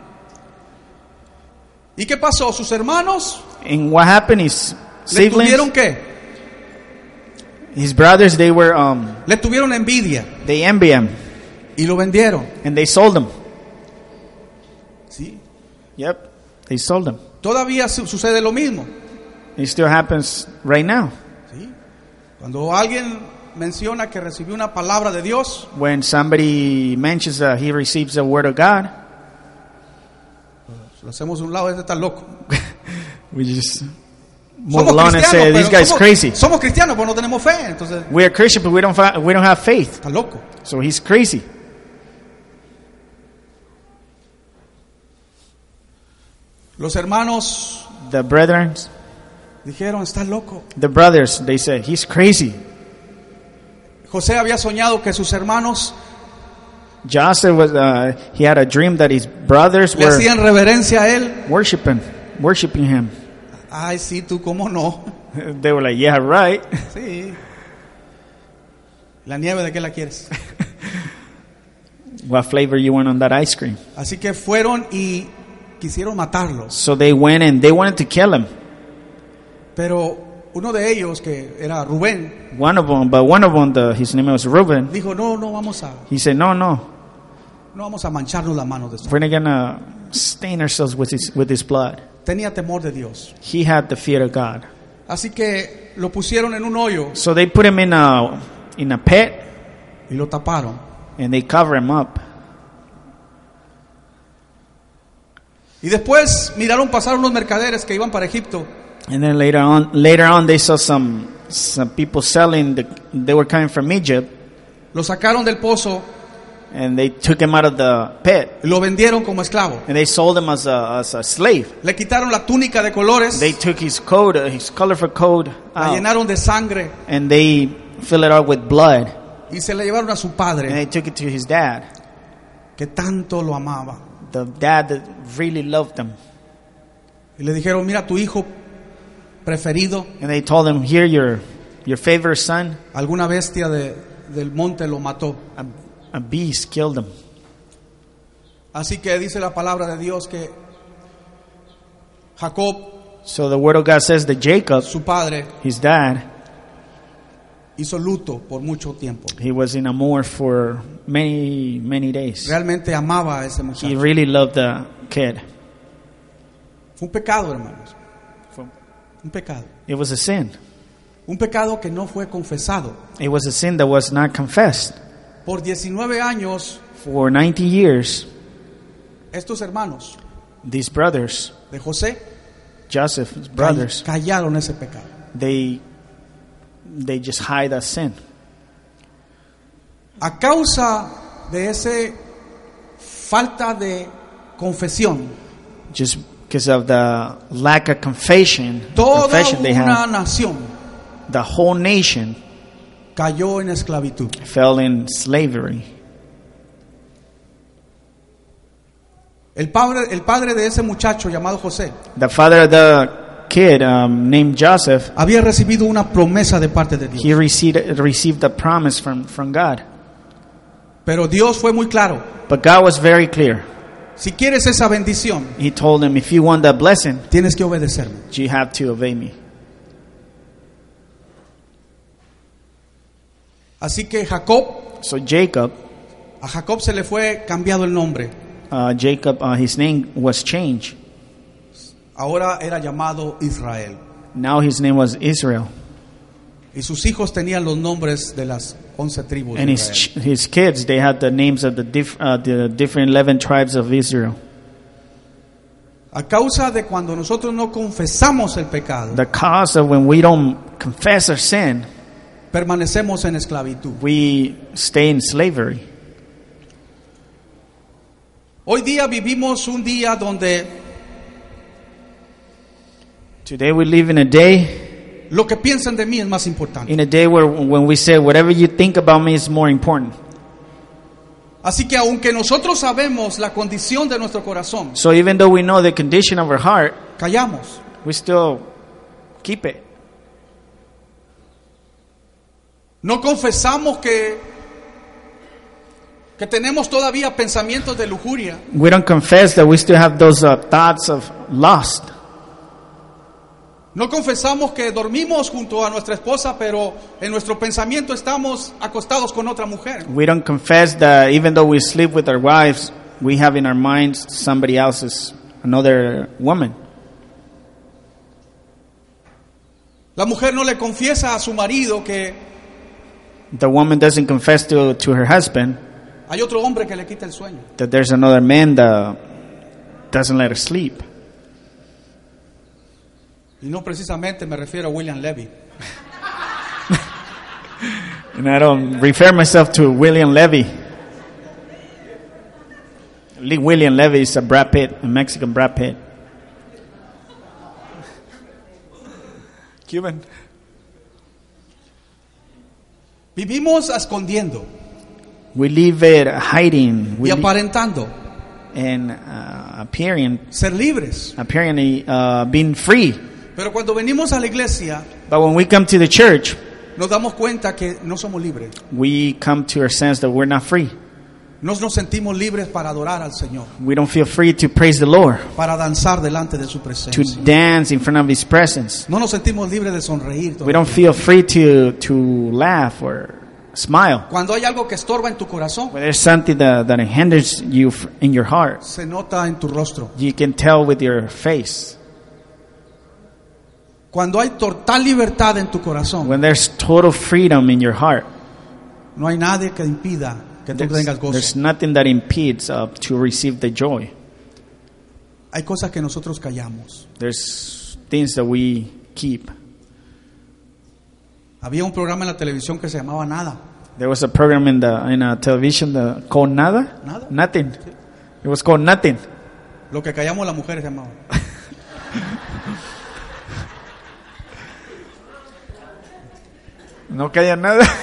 A: ¿Y qué pasó? Sus hermanos
B: And what happened is
A: le tuvieron
B: siblings,
A: qué?
B: his brothers, they were um,
A: Le tuvieron envidia
B: they envy him
A: y lo vendieron.
B: and they sold him.
A: ¿sí?
B: Yep, they sold him.
A: Todavía su- sucede lo mismo.
B: It still happens right now.
A: ¿sí? Cuando alguien menciona que recibió una palabra de Dios,
B: When somebody mentions that he receives the word of God,
A: lo hacemos a un lado, ese está loco.
B: we just move
A: Somos
B: along and
A: cristianos,
B: say this
A: pero
B: guy's
A: somos,
B: crazy.
A: somos cristianos, pero no tenemos fe, entonces
B: We are Christian, but we don't fi- we don't have faith,
A: está loco.
B: so he's crazy.
A: Los hermanos
B: The brethren,
A: dijeron, está loco.
B: the brothers, they said he's crazy.
A: José había soñado que sus hermanos
B: Joseph was uh, he had a dream that his brothers
A: le
B: were
A: hacían reverencia a él.
B: worshiping worshiping him.
A: Ay, sí, tú, ¿cómo no?
B: They were like, yeah, right.
A: Sí. La nieve, ¿de qué la quieres?
B: What flavor you want on that ice cream?
A: Así que fueron y quisieron matarlos.
B: So they went and they wanted to kill him.
A: Pero uno de ellos, que era Rubén,
B: One of them, but one of them, the, his name was Reuben.
A: dijo, no, no vamos a,
B: He said, no, no,
A: no vamos a mancharnos las manos de esto.
B: we're not gonna stain ourselves with his with his blood.
A: Tenía temor de Dios.
B: He had the fear of God.
A: Así que lo pusieron en un hoyo
B: So they put him in a in a pit
A: y lo taparon.
B: and they cover him up.
A: Y después miraron pasar unos mercaderes que iban para Egipto
B: And then later on, later on, they saw some some people selling. The, they were coming from Egypt,
A: Lo sacaron del pozo
B: and they took him out of the pit
A: y lo vendieron como esclavo.
B: and they sold him as a as a slave.
A: Le quitaron la túnica de colores,
B: They Ah. took his coat, uh, his colorful coat,
A: la
B: out,
A: llenaron de sangre
B: and they fill it up with blood.
A: y se la llevaron a su
B: And
A: padre,
B: they took it to his dad,
A: que tanto lo amaba.
B: the dad that really loved him.
A: Y le dijeron, mira, tu hijo preferido,
B: And they told him, "Here, your your favorite son,
A: alguna bestia de- del monte lo mató.
B: a, a beast killed him."
A: Así que dice la palabra de Dios que Jacob,
B: So the word of God says that Jacob,
A: su padre,
B: his dad,
A: hizo luto por mucho tiempo.
B: He was in a moor for many, many days.
A: Realmente amaba a ese
B: He
A: muchacho.
B: really loved the kid.
A: Fue un pecado, hermanos. Un pecado.
B: It was a sin.
A: Un pecado que no fue confesado.
B: It was a sin that was not confessed.
A: Por 19 años,
B: For 90 years,
A: estos hermanos
B: these brothers,
A: de José
B: Joseph's brothers,
A: callaron ese pecado.
B: they they just hide that sin.
A: A causa de ese falta de confesión,
B: Just because of the lack of confession,
A: toda
B: confession they
A: una
B: had,
A: nación
B: the whole nation
A: cayó en esclavitud.
B: fell in slavery.
A: El padre, el padre de ese muchacho llamado José
B: The father of the kid, um, named Joseph,
A: había recibido una promesa de parte de
B: he
A: Dios.
B: received received a promise from from God.
A: Pero Dios fue muy claro.
B: But God was very clear.
A: Si quieres esa bendición,
B: He told him, if you want that blessing,
A: tienes que obedecerme.
B: you have to obey me.
A: Así que Jacob,
B: So Jacob,
A: a Jacob se le fue cambiado el nombre.
B: uh, Jacob, uh, his name was changed.
A: Ahora era llamado Israel.
B: Now his name was Israel,
A: Y sus hijos tenían los nombres de las once tribus.
B: and
A: de
B: his
A: Israel.
B: ch- his kids they had the names of the diff, uh, the different eleven tribes of Israel.
A: A causa de cuando nosotros no confesamos el pecado,
B: The cause of when we don't confess our sin,
A: permanecemos en esclavitud.
B: we stay in slavery.
A: Hoy día vivimos un día donde
B: Today we live in a day
A: lo que piensan de mí es más importante.
B: in a day where when we say whatever you think about me is more important.
A: Así que aunque nosotros sabemos la condición de nuestro corazón,
B: So even though we know the condition of our heart,
A: callamos.
B: we still keep it.
A: No confesamos que que tenemos todavía pensamientos de lujuria,
B: We don't confess that we still have those uh, thoughts of lust.
A: no confesamos que dormimos junto a nuestra esposa, pero en nuestro pensamiento estamos acostados con otra mujer.
B: We don't confess that even though we sleep with our wives, we have in our minds somebody else's, another woman.
A: La mujer no le confiesa a su marido que
B: The woman doesn't confess to, to her husband
A: hay otro hombre que le quita el sueño.
B: that there's another man that doesn't let her sleep.
A: Y no precisamente me refiero a William Levy.
B: And I don't refer myself to William Levy. Lee William Levy is a Brad Pitt, a Mexican Brad Pitt. Cuban.
A: Vivimos escondiendo
B: We leave it hiding
A: y
B: we leave-
A: aparentando
B: and uh, appearing,
A: ser libres.
B: appearing uh, being free.
A: Pero cuando venimos a la iglesia,
B: But when we come to the church,
A: nos damos cuenta que no somos libres.
B: we come to our sense that we're not free.
A: No nos sentimos libres para adorar al Señor,
B: We don't feel free to praise the Lord,
A: para danzar delante de su
B: to
A: presencia.
B: dance in front of His presence.
A: No nos sentimos libres de sonreír.
B: We don't feel free to to laugh or smile.
A: Cuando hay algo que estorba en tu corazón,
B: When there's something that, that hinders you f- in your heart,
A: se nota en tu rostro.
B: you can tell with your face.
A: Cuando hay total libertad en tu corazón,
B: When there's total freedom in your heart,
A: no hay nadie que impida que tú tengas
B: there's, there's
A: gozo.
B: nothing that impedes uh, to receive the joy.
A: Hay cosas que nosotros callamos.
B: There's things that we keep.
A: Había un programa en la televisión que se llamaba Nada.
B: There was a program in the in a television that called Nada,
A: Nada.
B: nothing. It was called nothing.
A: Lo que callamos las mujeres se llamaba.
B: No calla nada.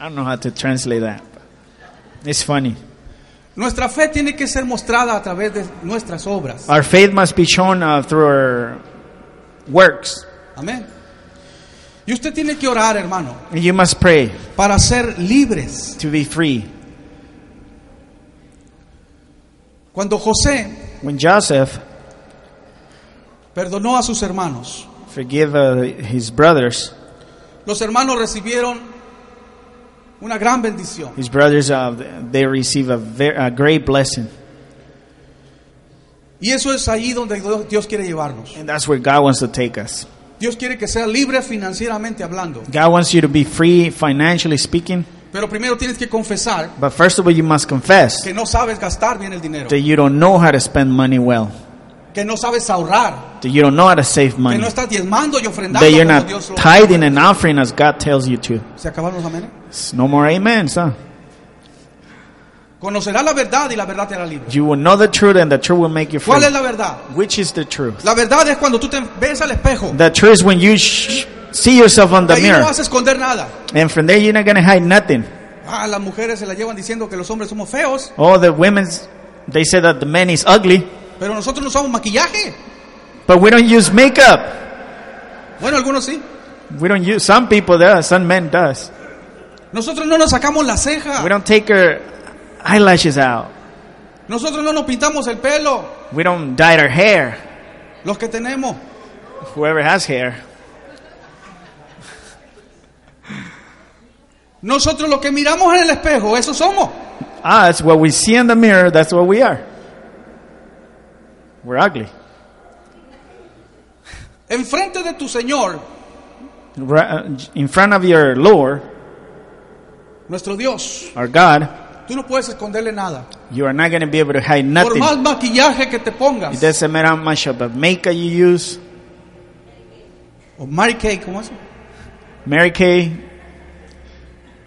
B: I don't know how to translate that. It's funny.
A: Nuestra fe tiene que ser mostrada a través de nuestras obras.
B: Our faith must be shown uh, through our works.
A: Amén. Y usted tiene que orar, hermano,
B: And you must pray
A: para ser libres.
B: to be free.
A: Cuando José
B: When Joseph
A: perdonó a sus hermanos,
B: forgave uh, his brothers,
A: los hermanos recibieron una gran bendición.
B: his brothers uh, they receive a, ver- a great blessing,
A: Y eso es ahí donde Dios quiere llevarnos.
B: and that's where God wants to take us.
A: Dios quiere que sea libre financieramente hablando.
B: God wants you to be free financially speaking,
A: Pero primero tienes que confesar
B: but first of all, you must confess
A: que no sabes gastar bien el dinero,
B: that you don't know how to spend money well,
A: que no sabes ahorrar,
B: that you don't know how to save
A: que
B: money,
A: no estás diezmando y ofrendando
B: that you're
A: como
B: not
A: Dios lo
B: tithing and offering as God tells you to.
A: ¿Se acabaron los amenes?
B: It's no more amens, huh?
A: Conocerás la verdad y la verdad te hará libre.
B: You will know the truth, and the truth will make you free.
A: ¿Cuál es la verdad?
B: Which is the truth?
A: La verdad es cuando tú te ves al espejo.
B: The truth is when you sh- see yourself on the
A: Ahí no
B: mirror,
A: vas a esconder nada.
B: and from there you're not gonna hide nothing.
A: Ah, las mujeres se la llevan diciendo que los hombres somos feos,
B: All the women's, they say that the man is ugly,
A: pero nosotros no usamos maquillaje.
B: but we don't use makeup.
A: Bueno, algunos sí.
B: We don't use. Some people does, some men does.
A: Nosotros no nos sacamos la ceja.
B: We don't take our eyelashes out.
A: Nosotros no nos pintamos el pelo.
B: We don't dye our hair.
A: Los que tenemos.
B: Whoever has hair,
A: Nosotros lo que miramos en el espejo, eso somos.
B: us, what we see in the mirror, that's what we are. We're ugly.
A: Enfrente de tu Señor,
B: Ra- In front of your Lord,
A: nuestro Dios,
B: our God,
A: tú no puedes esconderle nada.
B: you are not going to be able to hide
A: Por
B: nothing.
A: más maquillaje que te
B: It
A: pongas.
B: doesn't matter how much of a makeup you use.
A: O Mary Kay, ¿cómo es?
B: Mary Kay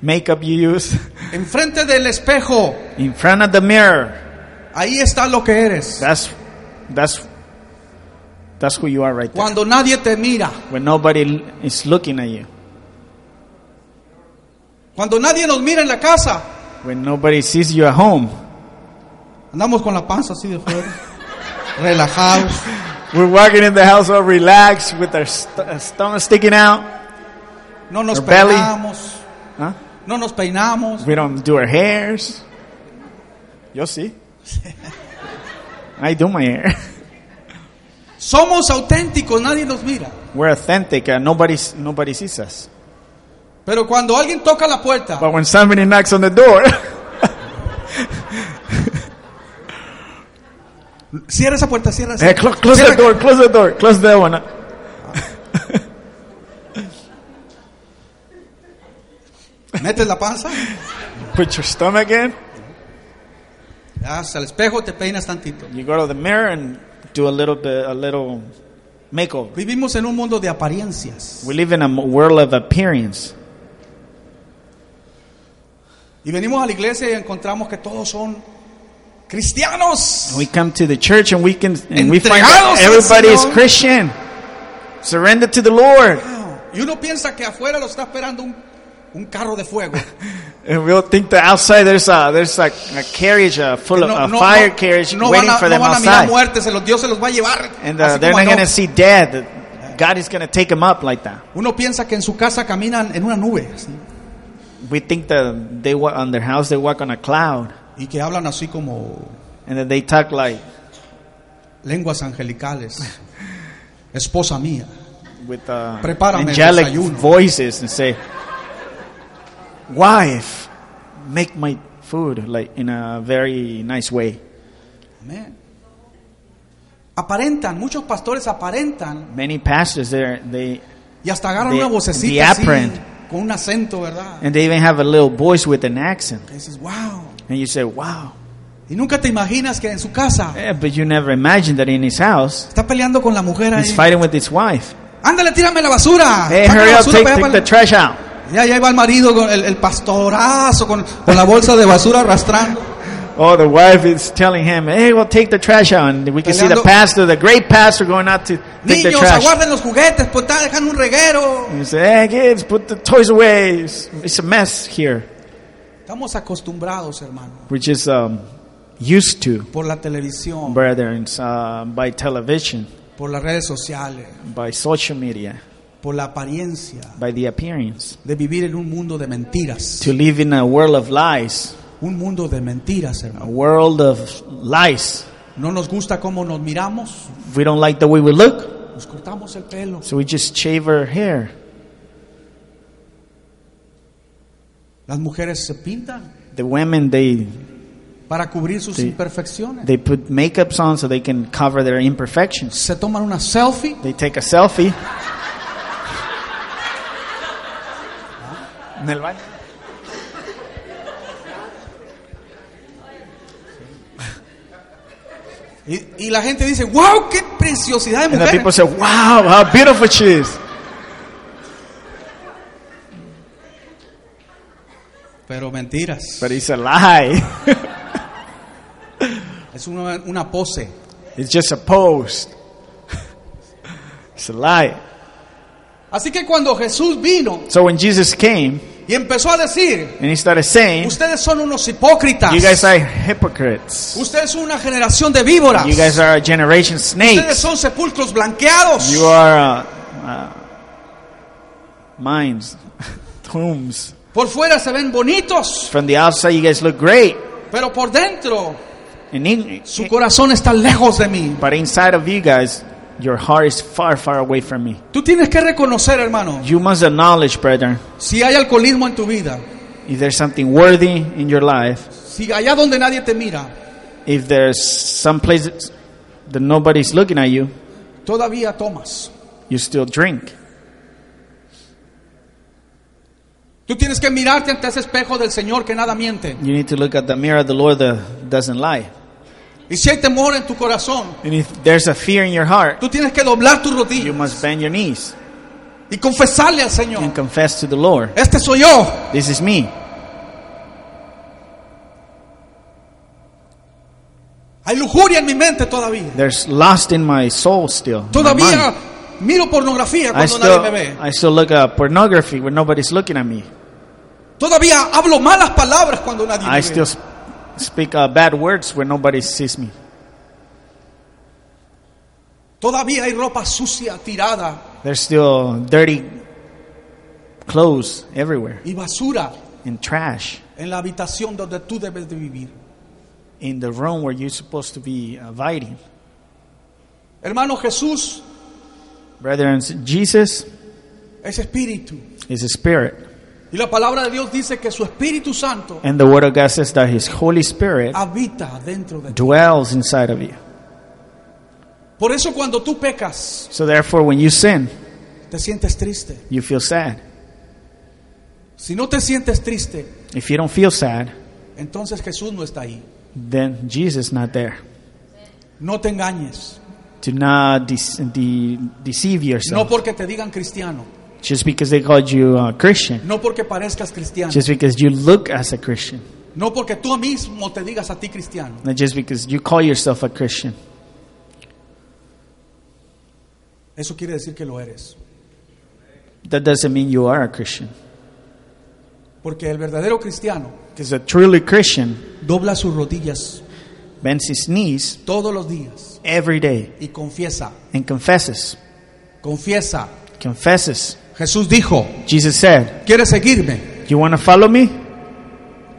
B: makeup you use.
A: Enfrente del espejo,
B: In front of the mirror.
A: ahí está lo que eres.
B: That's that's that's who you are right there.
A: Cuando nadie te mira,
B: When nobody l- is looking at you.
A: cuando nadie nos mira en la casa,
B: When nobody sees you at home.
A: andamos con la panza así de fuera, relajados.
B: We're walking in the house all relaxed with our st- uh, stomach sticking out.
A: No nos
B: Your belly.
A: pegamos.
B: Huh?
A: no nos peinamos,
B: We don't do our hairs. You'll see. I do my hair.
A: somos auténticos, nadie nos mira.
B: We're authentic and nobody, nobody sees us.
A: Pero cuando alguien toca la puerta,
B: But when somebody knocks on the door,
A: cierra esa puerta, cierra esa
B: hey, cl- Eh, close the door, close the door, close that one.
A: metes la panza,
B: Put your stomach in.
A: vas al espejo, te peinas tantito.
B: You go to the mirror and do a little bit, a little makeover.
A: Vivimos en un mundo de apariencias
B: We live in a m- world of appearance.
A: y venimos a la iglesia y encontramos que todos son cristianos.
B: We come to the church and we can, and we find
A: Entregados
B: out
A: al
B: everybody is
A: Señor.
B: Christian. Surrender to the Lord.
A: Y uno piensa que afuera lo está esperando un, un carro de fuego.
B: And we'll think that outside there's a there's a, a carriage uh, full of
A: No-
B: a
A: no-
B: fire
A: no-
B: carriage
A: no
B: waiting
A: van a, no
B: for them
A: van a mirar
B: outside,
A: muerte, se los, Dios se los va a llevar.
B: and
A: Así
B: uh, they're
A: como
B: not
A: a
B: going to
A: Job.
B: see dead. God is going to take them up like that.
A: Uno piensa que en su casa caminan en una nube así,
B: We think that they walk on their house, they walk on a cloud,
A: y que hablan así como
B: and that they talk like
A: lenguas angelicales. Esposa mía,
B: with uh,
A: Prepárame el
B: angelic
A: desayuno.
B: voices and say, "Wife, make my food," like in a very nice way.
A: amén. Aparentan, muchos pastores aparentan
B: Many pastors there they
A: y hasta agarran
B: The-
A: una
B: the
A: vocecita así,
B: apparent.
A: con un acento, ¿verdad?
B: and they even have a little voice with an accent,
A: Que dices, wow.
B: and you say, "Wow."
A: Y nunca te imaginas que en su casa
B: Yeah, but you never imagined that in his house,
A: está peleando con la mujer
B: he's
A: ahí.
B: fighting with his wife.
A: Ándale, tírame la basura.
B: Hey,
A: Ah, Saca
B: hurry
A: la
B: up,
A: basura
B: take,
A: para allá,
B: take
A: para
B: the
A: el-
B: trash out.
A: Ya, ya iba el marido, con el, el pastorazo, con, con la bolsa de basura arrastrando.
B: Oh, the wife is telling him, hey, well, take the trash out. And we can see the
A: Peleando.
B: pastor, the great pastor, going out to take the
A: Niños,
B: trash.
A: aguarden los juguetes, pues está dejando un reguero.
B: And you say, hey, kids, put the toys away. It's, it's a mess here.
A: Estamos acostumbrados, hermano,
B: We're just um, used to,
A: por la televisión,
B: brethren, uh, by television,
A: por las redes sociales,
B: by social media,
A: por la apariencia
B: by the appearance.
A: de vivir en un mundo de mentiras.
B: To live in a world of lies,
A: Un mundo de mentiras,
B: a
A: hermano.
B: world of lies.
A: No nos gusta cómo nos miramos,
B: If we don't like the way we look,
A: nos cortamos el pelo.
B: So we just shave our hair.
A: Las mujeres se pintan
B: The women they
A: para cubrir sus
B: Sí.
A: imperfecciones.
B: they put makeups on so they can cover their imperfections.
A: Se toman una selfie
B: They take a selfie. En el baño.
A: y, y la gente dice, wow, qué preciosidad de
B: And the
A: mujer.
B: people say, "Wow, how beautiful she is!"
A: Pero mentiras.
B: But it's a lie.
A: Es una, una pose.
B: it's just a post. It's a lie.
A: Así que cuando Jesús vino
B: So when Jesus came
A: y empezó a decir,
B: and he started saying,
A: ustedes son unos hipócritas,
B: "You guys are hypocrites.
A: ustedes son una generación de víboras,
B: You guys are a generation
A: ustedes
B: snakes.
A: son sepulcros blanqueados,
B: You are uh, uh, minds, tombs."
A: por fuera se ven bonitos,
B: From the outside, you guys look great.
A: pero por dentro
B: And in,
A: su corazón está lejos de mí.
B: but inside of you guys, your heart is far, far away from me.
A: Tú tienes que reconocer, hermano,
B: You must acknowledge, brethren,
A: si hay alcoholismo en tu vida,
B: if there's something worthy in your life,
A: si allá donde nadie te mira,
B: if there's some places that nobody's looking at you,
A: todavía tomas.
B: you still drink.
A: Tú tienes que mirarte ante ese espejo del Señor que nada miente.
B: You need to look at the mirror of the Lord that doesn't lie.
A: Y si hay temor en tu corazón,
B: And if there's a fear in your heart,
A: tú tienes que doblar tu
B: you
A: rodilla
B: must bend your knees
A: y confesarle al Señor.
B: and confess to the Lord,
A: Este soy yo.
B: this is me.
A: Hay lujuria en mi mente todavía.
B: There's lost in my soul still. my mind.
A: Todavía miro pornografía
B: I
A: cuando
B: still,
A: nadie me ve.
B: I still look at pornography when nobody's looking at me.
A: Todavía hablo malas palabras cuando nadie me
B: I still
A: ve.
B: sp- speak uh, bad words when nobody sees me.
A: Todavía hay ropa sucia tirada
B: There's still dirty clothes everywhere,
A: y basura
B: in trash,
A: en la habitación donde tú debes de vivir.
B: in the room where you're supposed to be uh, abiding.
A: Hermano, Jesús
B: Brethren, Jesus
A: es espíritu.
B: is a spirit.
A: Y la palabra de Dios dice que su Espíritu Santo
B: And the Word of God says that His Holy Spirit
A: habita dentro de ti.
B: dwells inside of you.
A: Por eso cuando tú pecas,
B: So therefore, when you sin,
A: te sientes triste.
B: you feel sad.
A: Si no te sientes triste,
B: If you don't feel sad,
A: entonces Jesús no está ahí.
B: then Jesus is not there.
A: No te engañes.
B: Do not de- de- deceive
A: No
B: yourself.
A: porque te digan cristiano,
B: Just because they called you a Christian,
A: no porque parezcas cristiano,
B: just because you look as a Christian,
A: no porque tú mismo te digas a ti cristiano.
B: not just because you call yourself a Christian.
A: Eso quiere decir que lo eres.
B: That doesn't mean you are a Christian.
A: Porque el verdadero cristiano
B: Because a truly Christian
A: dobla sus rodillas
B: bends his knees
A: todos los días
B: every day
A: y confiesa,
B: and confesses.
A: confiesa.
B: Confesses.
A: Jesús dijo,
B: Jesus said,
A: ¿quieres seguirme?
B: You want to follow me?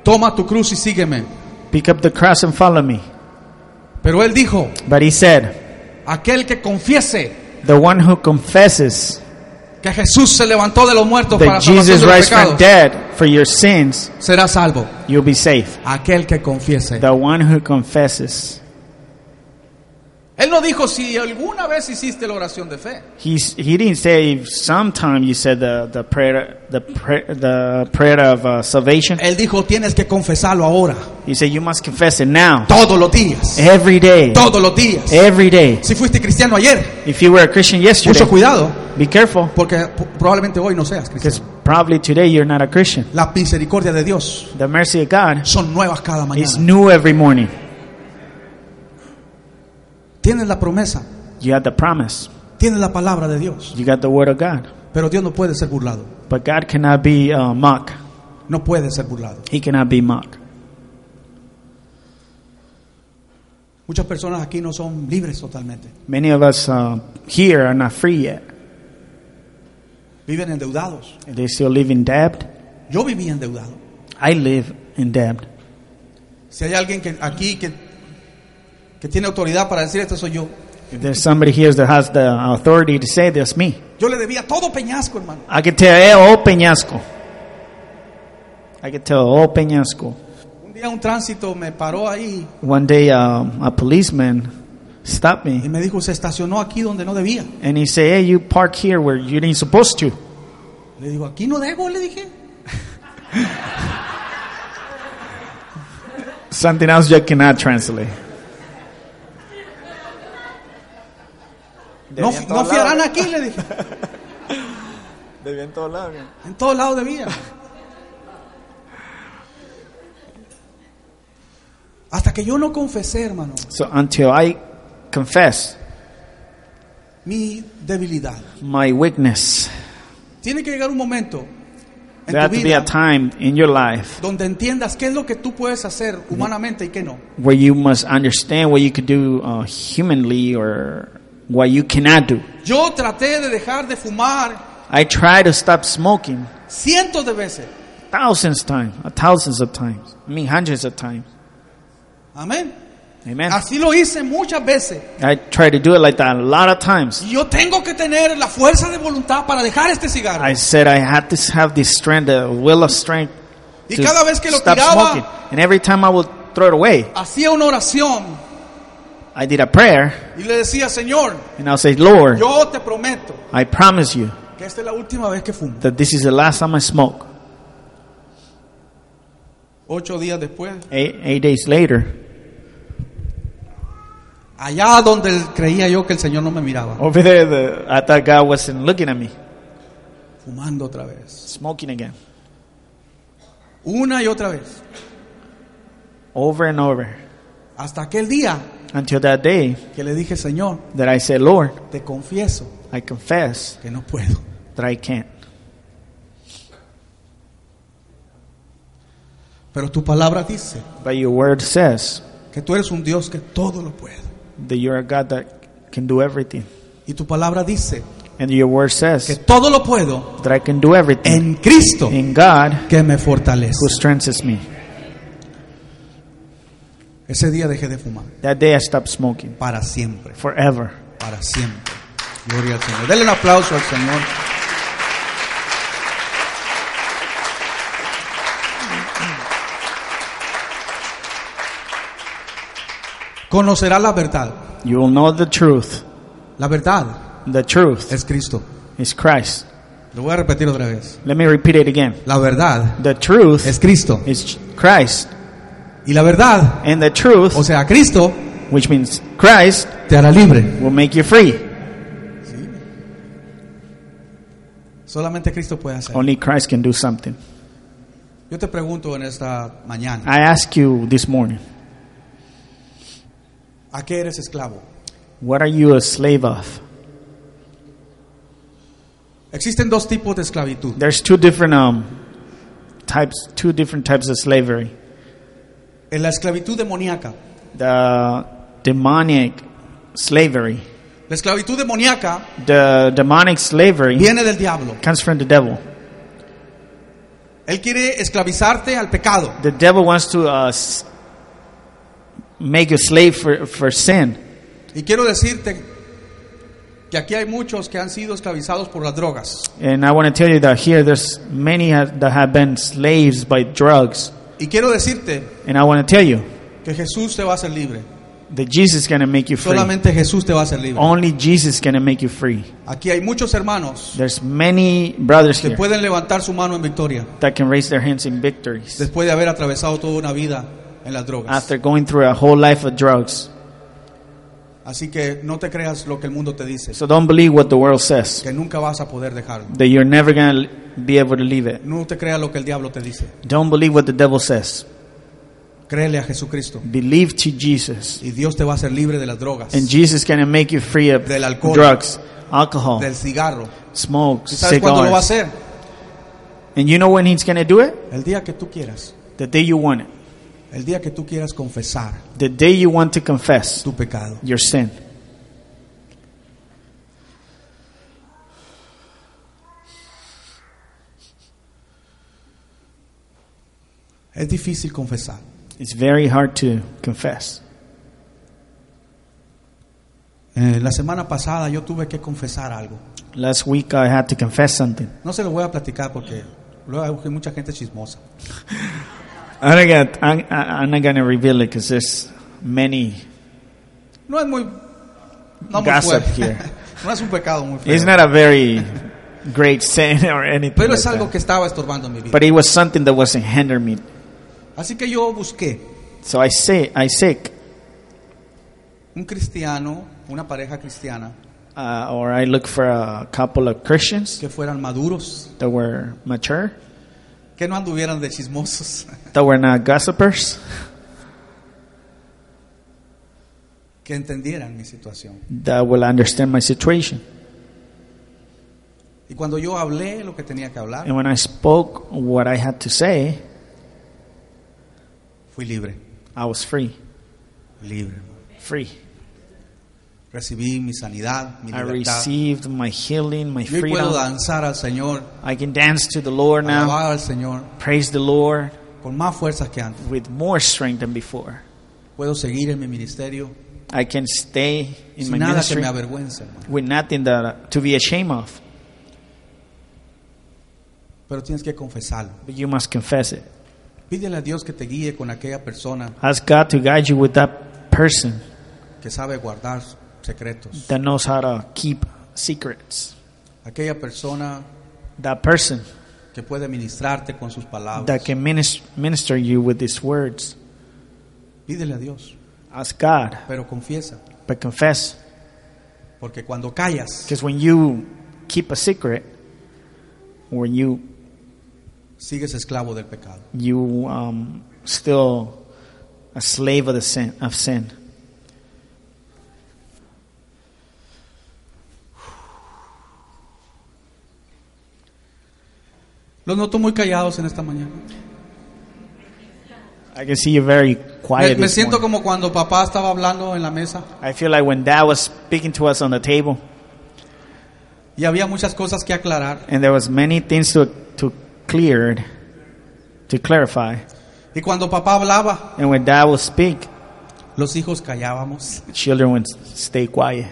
A: Toma tu cruz y sígueme.
B: Pick up the cross and follow me.
A: Pero él dijo,
B: But he said,
A: aquel que confiese
B: The one who confesses
A: que Jesús se levantó de los muertos para
B: that
A: salvación
B: Jesus
A: de los
B: rose from
A: pecados,
B: dead for your sins,
A: será salvo.
B: you'll be safe.
A: Aquel que confiese.
B: The one who confesses.
A: Él no dijo si alguna vez hiciste la oración de fe.
B: He's, he didn't say if sometime you said the, the prayer the prayer, the prayer of uh, salvation.
A: Él dijo, tienes que confesarlo ahora,
B: He said you must confess it now,
A: todos los días,
B: every day,
A: todos los días.
B: every day.
A: Si fuiste cristiano ayer,
B: If you were a Christian yesterday,
A: mucho cuidado,
B: be careful
A: porque p- probablemente hoy no seas
B: because
A: cristiano.
B: probably today you're not a Christian.
A: La misericordia de Dios
B: The mercy of God
A: son nuevas cada
B: is
A: mañana.
B: new every morning.
A: Tienes la promesa,
B: You have the promise.
A: tienes la palabra de Dios,
B: You got the word of God.
A: pero Dios no puede ser burlado.
B: But God cannot be uh, mocked.
A: No puede ser burlado.
B: He cannot be mocked.
A: Muchas personas aquí no son libres totalmente.
B: Many of us um, here are not free yet.
A: Viven endeudados.
B: They still live in debt.
A: Yo viví endeudado.
B: I live in debt.
A: Si hay alguien que, aquí que, que tiene autoridad para decir esto, soy yo.
B: If there's somebody here that has the authority to say that's me.
A: Yo le debía todo peñasco, hermano.
B: I could tell eh, all Peñasco. I could tell all Peñasco.
A: Un día un tránsito me paró ahí
B: One day, um, a policeman stopped
A: y
B: me
A: me dijo, se estacionó aquí donde no debía.
B: and he said, "Hey, you park here where you didn't supposed to."
A: Le digo, aquí no debo, le dije.
B: Something else you cannot translate.
A: No, no fiarán aquí, le dije. En todos lados debía. Hasta que yo no confesé, hermano,
B: So until I confess
A: mi debilidad.
B: my weakness,
A: Tiene que llegar un momento en
B: there had
A: tu
B: to be a
A: vida
B: time in your life
A: donde entiendas qué es lo que tú puedes hacer humanamente y qué no.
B: where you must understand what you could do uh, humanly or what you cannot do.
A: Yo traté de dejar de fumar
B: I tried to stop smoking
A: cientos de veces.
B: thousands times, uh, thousands of times. I mean, hundreds of times.
A: Amén.
B: Amen.
A: Así lo hice muchas veces.
B: I tried to do it like that a lot of times.
A: Y yo tengo que tener la fuerza de voluntad para dejar este cigarro.
B: I said I had to have this strength, the will of strength,
A: Y
B: to
A: cada vez que lo
B: stop
A: tiraba-
B: smoking. And every time I would throw it away,
A: Hacía una oración
B: I did a prayer
A: y le decía, Señor,
B: and I'll say, Lord,
A: yo te prometo
B: I promise you
A: que esta es la última vez que fumo.
B: that this is the last time I smoke.
A: Ocho días después,
B: Eight, eight days later,
A: allá donde creía yo que el Señor no me miraba,
B: over there, the, I thought God wasn't looking at me,
A: fumando otra vez.
B: smoking again,
A: Una y otra vez.
B: over and over,
A: Hasta aquel día
B: until that day
A: que le dije, Señor,
B: that I said, Lord,
A: te confieso
B: I confess
A: que no puedo.
B: that I can't.
A: Pero tu palabra dice
B: But your word says
A: que tú eres un Dios que todo lo puede.
B: that you're a God that can do everything.
A: Y tu palabra dice
B: And your word
A: que
B: says
A: todo lo puedo
B: that I can do everything
A: en Cristo
B: in God
A: que me
B: who
A: fortalece.
B: strengthens me.
A: Ese día dejé de fumar
B: That day I stopped smoking
A: para siempre,
B: forever.
A: para siempre. Gloria al Señor. Denle un aplauso al Señor. Conocerá la verdad.
B: You will know the truth.
A: La verdad
B: The truth
A: es Cristo.
B: is Christ.
A: Lo voy a repetir otra vez.
B: Let me repeat it again.
A: La verdad
B: The truth
A: es Cristo.
B: is Christ.
A: Y la verdad,
B: And the truth,
A: o sea, Cristo,
B: which means Christ,
A: te hará libre.
B: will make you free.
A: Solamente Cristo puede hacerlo.
B: Only Christ can do something.
A: Yo te pregunto en esta mañana,
B: I ask you this morning,
A: ¿a qué eres esclavo?
B: what are you a slave of?
A: Existen dos tipos de esclavitud.
B: There's two different um, types, two different types of slavery.
A: En la esclavitud demoníaca.
B: The demonic slavery.
A: La esclavitud demoníaca
B: The demonic slavery
A: viene del diablo.
B: comes from the devil.
A: Él quiere esclavizarte al pecado.
B: The devil wants to uh, s- make you slave for, for sin.
A: Y quiero decirte que aquí hay muchos que han sido esclavizados por las drogas.
B: And I want to tell you that here there's many ha- that have been slaves by drugs.
A: Y quiero decirte
B: And I want to tell you
A: que Jesús te va a hacer libre.
B: that Jesus is going to make you free.
A: Solamente Jesús te va a hacer libre.
B: Only Jesus is going to make you free.
A: Aquí hay muchos hermanos
B: There's many brothers
A: que
B: here
A: pueden levantar su mano en victoria
B: that can raise their hands in victories
A: después de haber atravesado toda una vida en las drogas.
B: after going through a whole life of drugs.
A: Así que no te creas lo que el mundo te dice,
B: So don't believe what the world says,
A: que nunca vas a poder dejarlo.
B: that you're never going to be able to leave it.
A: No te creas lo que el diablo te dice.
B: Don't believe what the devil says.
A: Créele a Jesucristo.
B: Believe to Jesus.
A: Y Dios te va a hacer libre de las drogas,
B: And Jesus going to make you free of
A: Del alcohol.
B: drugs, alcohol,
A: del cigarro.
B: smoke,
A: ¿Y sabes cuándo lo va a
B: cigars.
A: hacer?
B: And you know when he's going to do it?
A: El día que tú quieras.
B: The day you want it.
A: El día que tú quieras confesar
B: The day you want to confess
A: tu pecado.
B: your sin.
A: Es difícil confesar.
B: It's very hard to confess.
A: Eh, la semana pasada yo tuve que confesar algo.
B: Last week I had to confess something.
A: No se lo voy a platicar porque luego hay mucha gente chismosa.
B: I'm not gonna, I'm, I'm not gonna reveal it because there's many.
A: No es muy... No, muy
B: Gossip
A: fuerte.
B: here.
A: no es un pecado muy
B: It's
A: fuerte.
B: not a very great sin or anything.
A: Pero
B: like
A: es algo
B: that.
A: que estaba estorbando mi vida.
B: But it was something that wasn't hindering me.
A: Así que yo busqué
B: So I say, I seek,
A: un cristiano, una pareja cristiana,
B: uh, or I look for a couple of Christians
A: que fueran maduros,
B: that were mature,
A: que no anduvieran de chismosos,
B: that were not gossipers,
A: que entendieran mi situación.
B: that will understand my situation.
A: Y cuando yo hablé lo que tenía que hablar,
B: And when I spoke what I had to say,
A: fui libre,
B: I was free,
A: libre. hermano.
B: free.
A: Recibí mi sanidad, mi
B: I
A: libertad.
B: received my healing, my
A: Yo hoy puedo
B: freedom.
A: danzar al Señor,
B: I can dance to the Lord now.
A: alabar al Señor
B: Praise the Lord.
A: con más fuerzas que antes.
B: with more strength than before.
A: Puedo seguir en mi ministerio
B: I can stay in my
A: sin nada que
B: ministry
A: me avergüence, hermano.
B: with nothing that to be ashamed of.
A: Pero tienes que confesarlo.
B: But you must confess it.
A: Pídele a Dios que te guíe con aquella persona
B: Ask God to guide you with that person
A: que sabe guardar secretos,
B: that knows how to keep secrets.
A: aquella persona
B: That person
A: que puede ministrarte con sus palabras.
B: that can minister, minister you with these words.
A: Pídele a Dios,
B: Ask God,
A: pero confiesa,
B: but confess.
A: porque cuando callas,
B: Because when you keep a secret, when you
A: sigues esclavo del pecado.
B: you um, still a slave of the sin of sin.
A: Los noto muy callados en esta mañana.
B: I can see you're very
A: Me,
B: quiet.
A: me
B: this
A: siento
B: morning.
A: como cuando papá estaba hablando en la mesa.
B: I feel like when Dad was speaking to us on the table,
A: Y había muchas cosas que aclarar.
B: and there was many things to to cleared, to clarify.
A: Y cuando papá hablaba,
B: And when Dad would speak,
A: los hijos callábamos.
B: children would stay quiet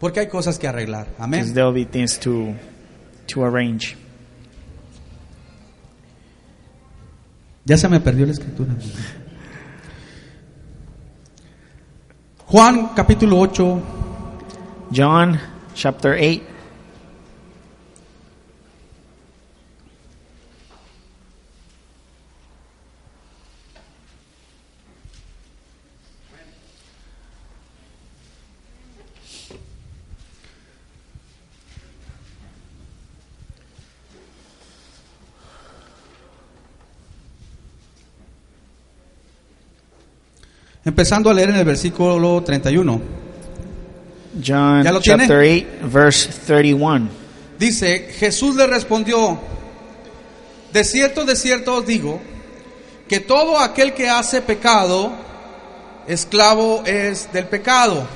A: Porque hay cosas que arreglar.
B: because
A: Amén.
B: there will be things to to arrange.
A: Ya se me perdió la escritura. Juan capítulo 8,
B: John chapter eight.
A: empezando a leer en el versículo 31.
B: John
A: ¿Ya lo tiene?
B: chapter 8, verse 31.
A: Dice, Jesús le respondió, de cierto, de cierto os digo, que todo aquel que hace pecado, esclavo es del pecado.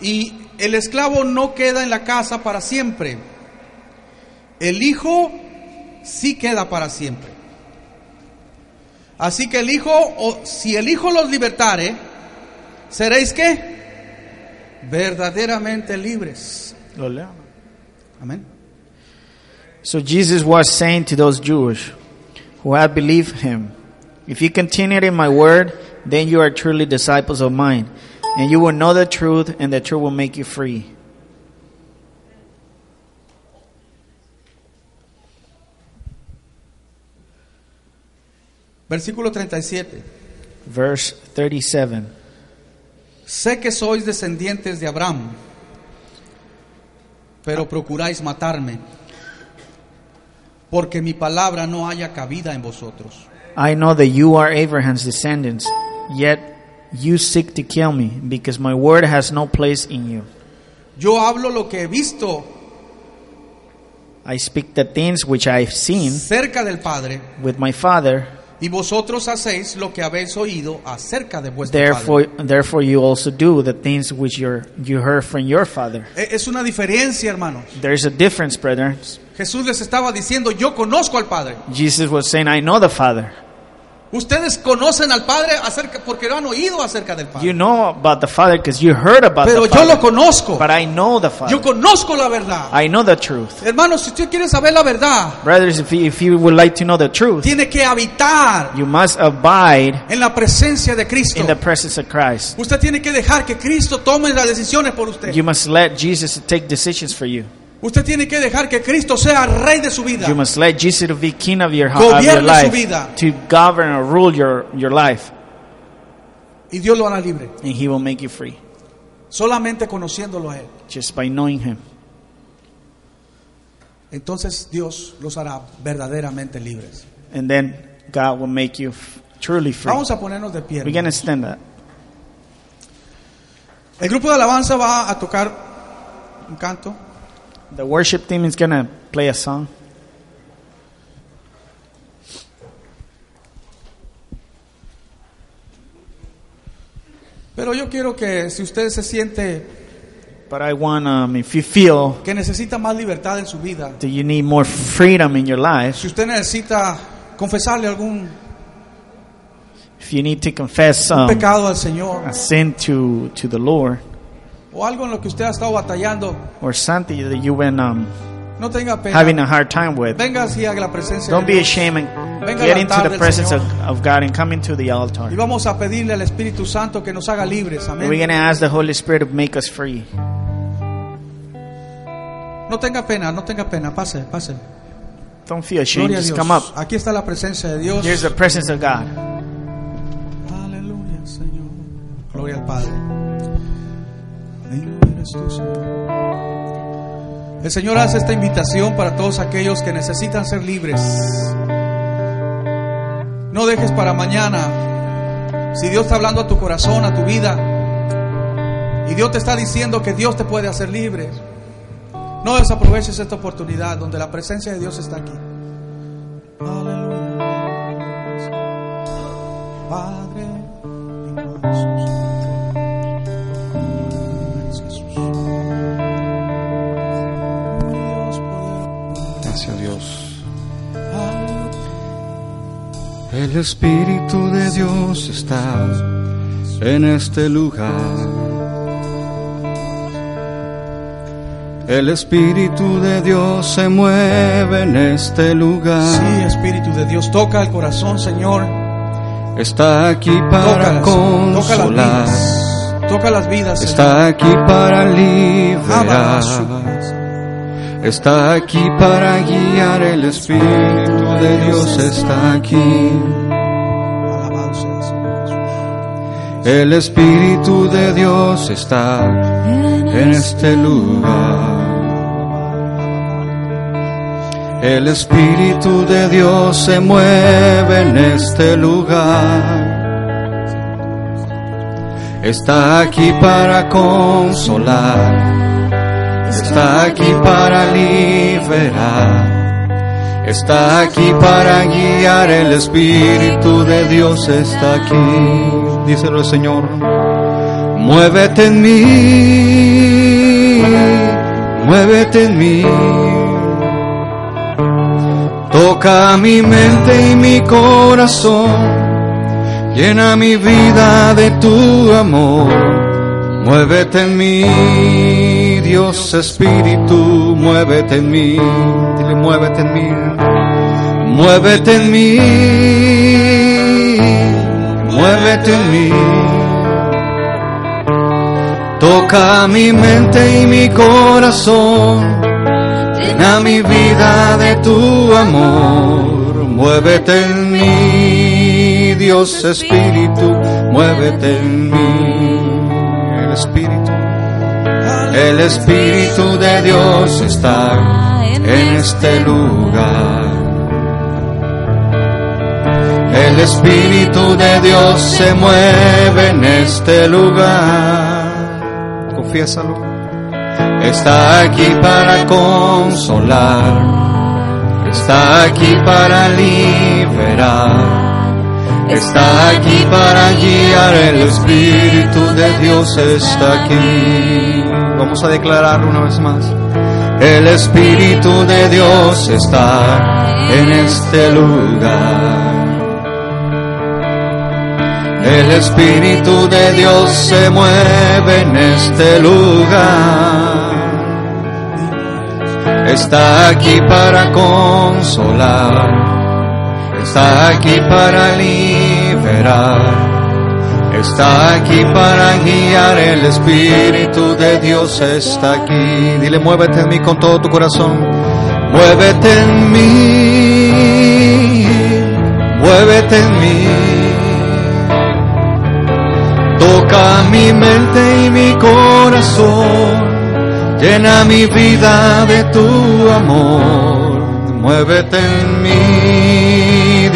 A: Y el esclavo no queda en la casa para siempre. El hijo sí queda para siempre. Así que el hijo, o si el hijo los libertare, seréis qué? Verdaderamente libres. Amén.
B: So Jesus was saying to those Jewish who had believed him, If you continue in my word, then you are truly disciples of mine, and you will know the truth, and the truth will make you free.
A: Versículo 37.
B: Verse 37.
A: Sé que sois descendientes de Abraham,
B: Ah.
A: pero procuráis matarme, porque mi palabra no haya cabida en vosotros.
B: I know that you are Abraham's descendants, yet you seek to kill me, because my word has no place in you.
A: Yo hablo lo que he visto
B: I speak the things which I have seen
A: cerca del Padre,
B: with my father,
A: y vosotros hacéis lo que habéis oído acerca de vuestro
B: Therefore,
A: Padre.
B: therefore, you also do the things which your, you heard from your father.
A: E- Es una diferencia, hermanos.
B: There is a difference, brethren.
A: Jesús les estaba diciendo, yo conozco al Padre.
B: Jesus was saying, "I know the Father.
A: Ustedes conocen al Padre acerca, porque lo han oído acerca del
B: You
A: Padre.
B: know about the Father because you heard about
A: Pero
B: the
A: yo
B: Father.
A: lo conozco.
B: But I know the
A: Yo
B: Father.
A: conozco la verdad.
B: I know the truth,
A: Hermanos, si usted quiere saber la verdad,
B: brothers. If you, if you would like to know the truth,
A: tiene que habitar
B: you must abide
A: en la presencia de Cristo.
B: in the presence of Christ.
A: Usted tiene que dejar que Cristo tome las decisiones por usted.
B: You must let Jesus to take decisions for you.
A: Usted tiene que dejar que Cristo sea rey de su vida.
B: You must let Jesus to be king of your, of your
A: Gobierne su
B: life,
A: vida.
B: to govern or rule your your life,
A: Y Dios lo hará libre,
B: and He will make you free
A: solamente conociéndolo a Él.
B: just by knowing Him.
A: Entonces Dios los hará verdaderamente libres.
B: and then God will make you f- truly free.
A: Vamos a ponernos de pie.
B: We're
A: hermano.
B: gonna stand up.
A: El grupo de alabanza va a tocar un canto.
B: The worship team is gonna play a song.
A: Pero yo quiero que si usted se siente
B: But I want, um, if you feel
A: que necesita más libertad en su vida,
B: that you need more freedom in your life,
A: si usted necesita confesarle algún
B: if you need to confess um,
A: pecado al Señor,
B: a sin to to the Lord
A: o algo en lo que usted ha estado batallando,
B: or something that you've been um,
A: no tenga pena.
B: having a hard time with,
A: Venga así a la presencia
B: don't
A: de
B: be
A: Dios.
B: ashamed and
A: Venga
B: get
A: al
B: into
A: altar
B: the
A: del
B: presence of,
A: Señor.
B: of God and come into the
A: Y
B: altar.
A: vamos a pedirle al Espíritu Santo que nos haga libres.
B: And we're
A: Amén.
B: gonna ask the Holy Spirit to make us free.
A: No tenga pena, no tenga pena. Pase, pase.
B: Don't feel ashamed.
A: Gloria a
B: Just
A: Dios.
B: come up.
A: Aquí está la presencia de Dios.
B: Here's the presence of God.
A: Aleluya, Señor. Gloria al Padre. Digno eres tú, Señor. El Señor hace esta invitación para todos aquellos que necesitan ser libres. No dejes para mañana. Si Dios está hablando a tu corazón, a tu vida, y Dios te está diciendo que Dios te puede hacer libre, no desaproveches esta oportunidad donde la presencia de Dios está aquí. Aleluya. Padre, digno eres Jesús. Digno eres Jesús.
D: Gracias Dios. El Espíritu de Dios está en este lugar. El Espíritu de Dios se mueve en este
A: Sí,
D: lugar.
A: Espíritu de Dios, toca el corazón, Señor.
D: Está aquí
A: Tócalas, toca las
D: para consolar.
A: vidas. Toca las vidas, Señor.
D: Está aquí para
A: Abra
D: liberar.
A: su-
D: Está aquí para guiar. El Espíritu de Dios está aquí.
A: Alabado sea, Señor Jesús.
D: El Espíritu de Dios está en este lugar. El Espíritu de Dios se mueve en este lugar. Está aquí para consolar. Está aquí para liberar. Está aquí para guiar. El Espíritu de Dios está aquí. Díselo, Señor. Muévete en mí, muévete en mí. Toca mi mente y mi corazón, llena mi vida de tu amor. Muévete en mí, Dios Espíritu, muévete en mí, dile muévete en mí, muévete en mí, muévete en mí. Toca mi mente y mi corazón, llena mi vida de tu amor. Muévete en mí, Dios Espíritu, muévete en mí. El Espíritu, el Espíritu de Dios está en este lugar. El Espíritu de Dios se mueve en este lugar. Confiésalo. Está aquí para consolar. Está aquí para liberar. Está aquí para guiar. El Espíritu de Dios está aquí. Vamos a declararlo una vez más. El Espíritu de Dios está en este lugar. El Espíritu de Dios se mueve en este lugar. Está aquí para consolar. Está aquí para liberar. Está aquí para guiar. El Espíritu de Dios está aquí. Dile, muévete en mí con todo tu corazón. Muévete en mí. Muévete en mí. Toca mi mente y mi corazón, llena mi vida de tu amor. Muévete en mí,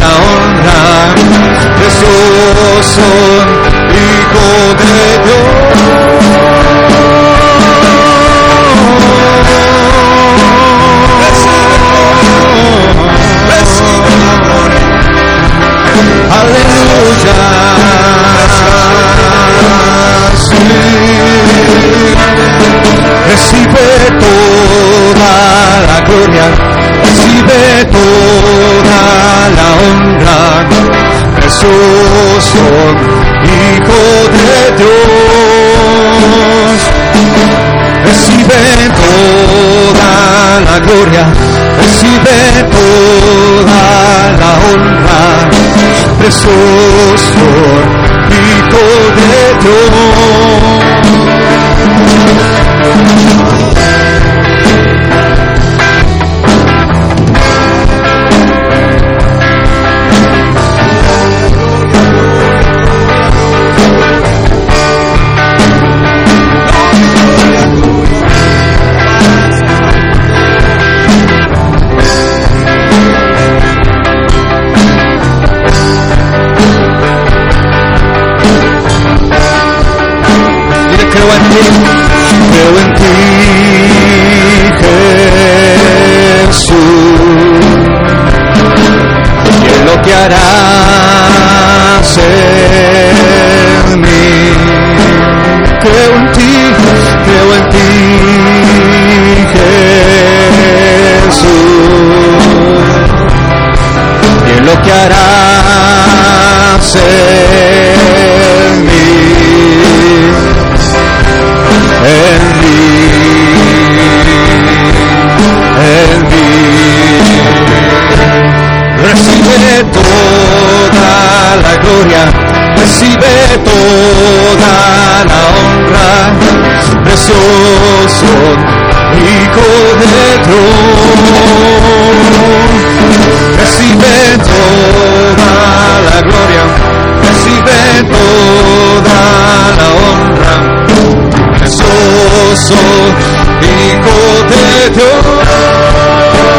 G: la honra, precioso Hijo de Dios.
A: recibe la gloria.
G: Aleluya. Sí. Recibe toda la gloria, recibe toda la honra, precioso Hijo de Dios recibe toda la gloria, recibe toda la honra, precioso Hijo de Dios. Dile, creo en ti, creo en ti, Jesús. Y en lo que harás en mí. Creo en ti, precioso, Hijo de Dios. Recibe toda la gloria, recibe toda la honra, precioso, Hijo de Dios.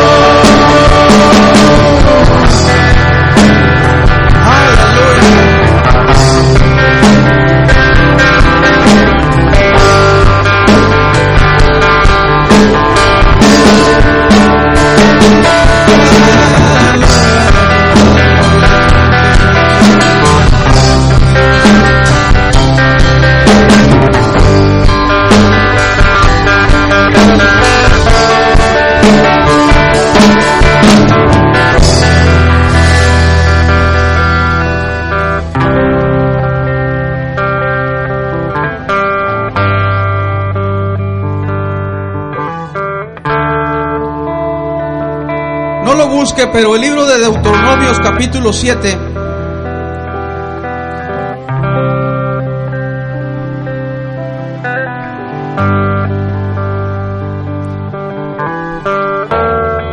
A: No lo busque, pero el libro de Deuteronomios capítulo 7.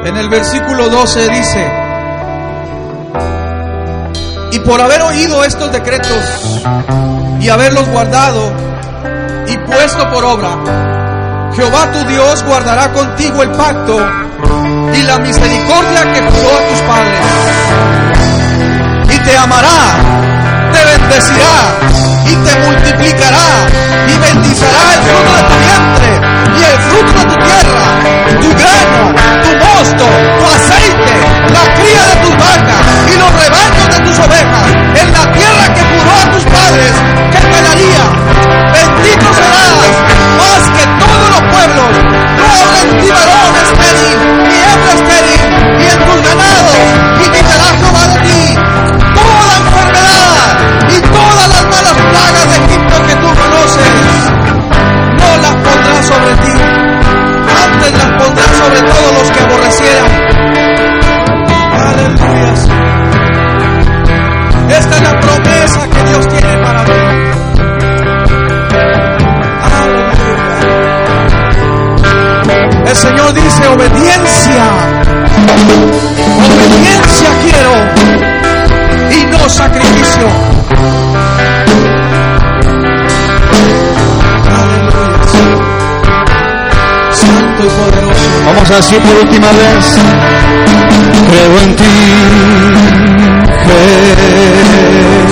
A: En el versículo 12 dice, y por haber oído estos decretos y haberlos guardado y puesto por obra, Jehová tu Dios guardará contigo el pacto y la misericordia que juró a tus padres. Y te amará, te bendecirá y te multiplicará y bendizará el fruto de tu vientre y el fruto de tu tierra, tu grano, tu mosto, tu aceite, la cría de tus vacas y los rebaños de tus ovejas en la tierra que juró a tus padres que te daría. Bendito serás más que todos los pueblos. No habrá en ti varón estéril, ni hembra estéril, ni en tus ganados, y quitará Jehová de ti toda enfermedad y todas las malas plagas de Egipto que tú conoces. No las pondrá sobre ti, antes las pondrá sobre todos los que aborrecieran. Aleluya. Señor. Esta es la promesa que Dios tiene para ti. El Señor dice obediencia. Obediencia quiero y no sacrificio. Aleluya. Señor. Santo y poderoso.
G: Vamos a decir por última vez, creo en ti,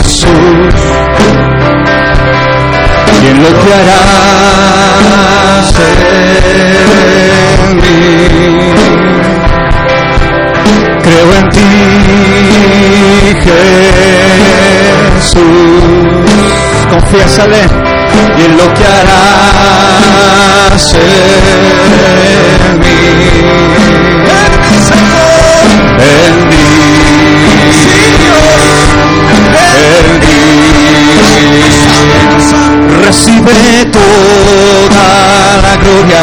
G: Jesús. Y en lo que harás en mí. Creo en ti, Jesús. Confiésale. Y en lo que harás en mí. En mí, en mí. Recibe toda la gloria,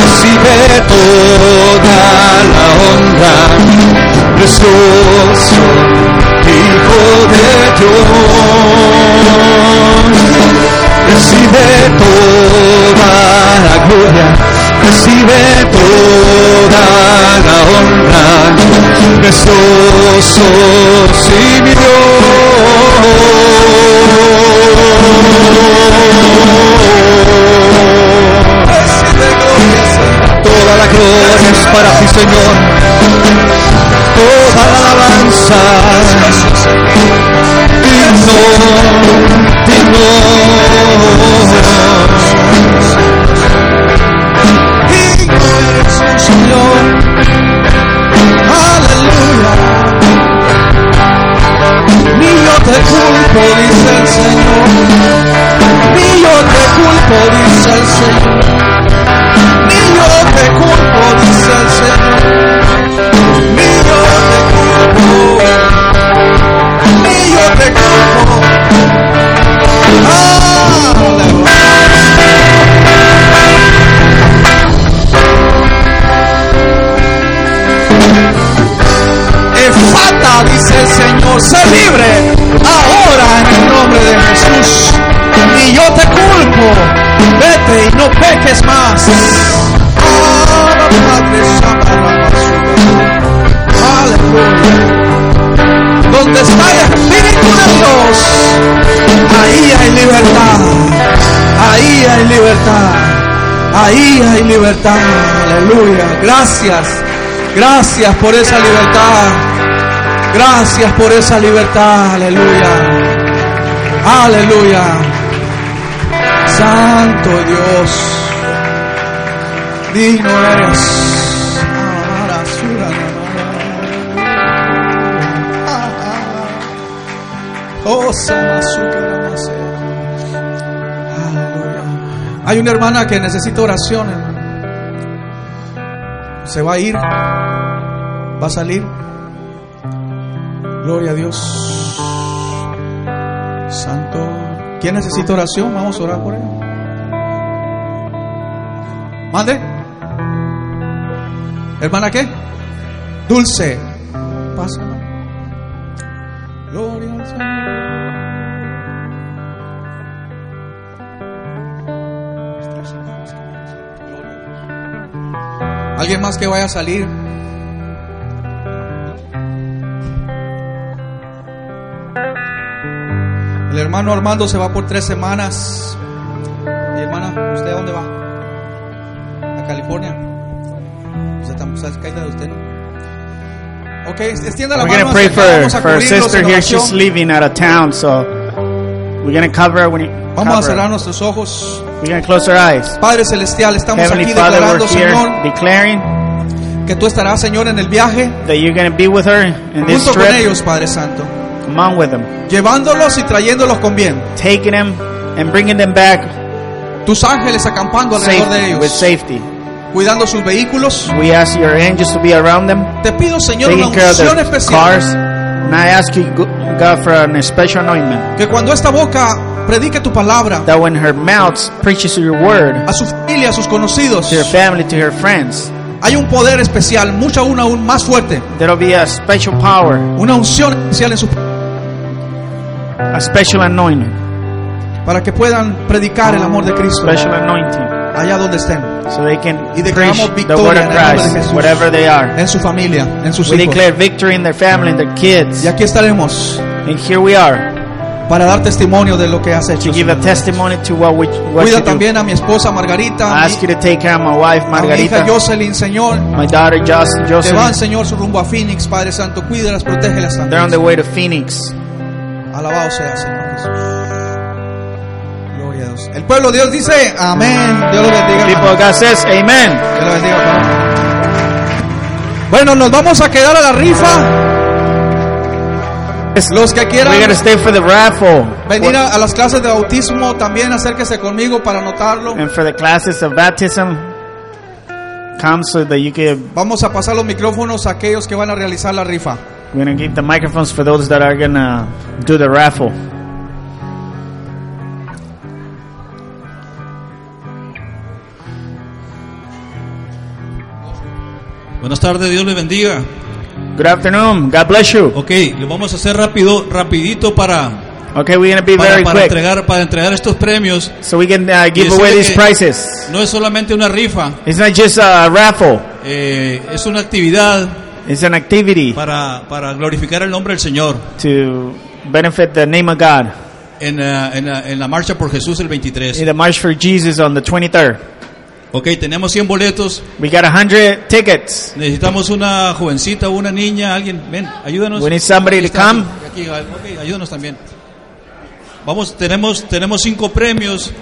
G: recibe toda la honra, precioso Hijo de Dios recibe toda la gloria, recibe toda la honra, precioso sí, mi Dios. Toda la gloria es para ti, Señor. Toda la alabanza digno, digno.
A: Mío te culpo, dice el Señor. Mío te culpo, dice el Señor. Mío te culpo, dice el Señor. Mío te culpo. Mío te culpo. Aleluya. Efata, dice el Señor, sé libre ahora en el nombre de Jesús. Y yo te culpo, vete y no peques Ahí hay libertad. Aleluya. Gracias. Gracias por esa libertad. Gracias por esa libertad. Aleluya. Aleluya. Santo Dios. Digno eres. Ah, ah, Oh, Samazucaramase. Aleluya. Hay una hermana que necesita oración. hermano. Se va a ir. Va a salir. Gloria a Dios. Santo. ¿Quién necesita oración? Vamos a orar por él. Mande. Hermana, ¿qué? Dulce. Pásala. Gloria al Señor. Alguien más que vaya a salir. El hermano Armando se va por tres semanas. Y hermana, ¿usted a dónde va? A California. Pues Usted tam- usted es caída de usted, ¿no? Ok, extienda la
B: We're
A: mano.
B: gonna pray for,
A: vamos a
B: for our
A: cubrirlos en
B: sister here.
A: oración.
B: She's leaving out of town, so we're gonna cover her when you
A: Vamos a
B: cover
A: cerrar
B: her.
A: nuestros ojos.
B: We're gonna close our eyes.
A: Padre Celestial, estamos
B: Heavenly
A: aquí
B: Father,
A: declarando,
B: we're here
A: Señor,
B: declaring
A: que tú estarás, Señor, en el viaje,
B: that you're gonna be with her in this
A: junto con
B: trip,
A: ellos, Padre Santo,
B: along with them,
A: llevándolos y trayéndolos con bien.
B: taking them and bringing them back
A: Tus ángeles acampando alrededor de
B: safely, with
A: ellos,
B: safety.
A: cuidando sus vehículos.
B: We ask your angels to be around them,
A: Te pido, Señor, una
B: taking care of
A: unción
B: their cars.
A: especial.
B: And I ask you, go- God, for an special anointment
A: Que cuando esta boca predique tu palabra
B: that when her mouth preaches your word
A: a su familia, a sus conocidos,
B: to her family, to her friends,
A: hay un poder especial, mucha una aún más fuerte.
B: there'll be a special power
A: Una unción especial en su
B: a special anointing,
A: para que puedan predicar el amor de Cristo
B: special anointing,
A: allá donde estén.
B: so they can
A: Y
B: preach
A: declaramos
B: the word
A: victoria
B: of
A: en el nombre de
B: Christ,
A: Jesús.
B: whatever they are.
A: en su familia, en sus
B: We
A: hijos.
B: declare victory in their family, in their kids,
A: Y aquí estaremos
B: and here we are
A: para dar testimonio de lo que has hecho.
B: to give a testimony to what we what
A: Cuida
B: you do.
A: también a mi esposa
B: I
A: Margarita, a mi,
B: ask you to take care of my wife
A: a mi hija
B: Margarita,
A: Jocelyn, Señor.
B: my daughter Jos-
A: Se van,
B: Jocelyn.
A: Señor, su rumbo a Phoenix, Padre Santo. Cuídalas, protégelas
B: They're
A: también.
B: on their way to Phoenix.
A: Alabado sea, Señor Jesús. Gloria a Dios. El pueblo de Dios dice, amén. Dios los bendiga.
B: People of God says, Amen.
A: Dios los bendiga. hermano. Bueno, nos vamos a quedar a la rifa. Los que quieran
B: We're gonna stay for the raffle
A: venir a, a las clases de bautismo, también acérquese conmigo para anotarlo.
B: and for the classes of baptism. Come so that you can.
A: Vamos a pasar los micrófonos a aquellos que van a realizar la rifa.
B: We're gonna give the microphones for those that are gonna do the raffle.
H: Buenas tardes, Dios les bendiga.
B: Good afternoon. God bless you.
H: Ok, lo vamos a hacer rápido, rapidito para,
A: Oh.
B: Okay, we're gonna be
H: para,
B: very
H: para
B: quick,
H: entregar, para entregar estos premios.
B: so we can uh, give
H: decirle
B: away these
H: que-
B: prizes.
H: No es solamente una rifa,
B: It's not just a raffle;
H: eh, es una actividad
B: it's an activity
H: para, para glorificar el nombre del Señor.
B: to benefit the name of God
H: En, la- en la- en la marcha por Jesús el
B: in
H: 23.
B: the March for Jesus on the 23rd.
H: Ok, tenemos 100 boletos.
B: We got hundred tickets.
H: Necesitamos una jovencita, una niña, alguien. Ven, ayúdanos.
B: We need somebody
H: Aquí
B: to
H: está,
B: come.
H: aquí, aquí, ok, ayúdanos también. Vamos, tenemos, tenemos cinco premios.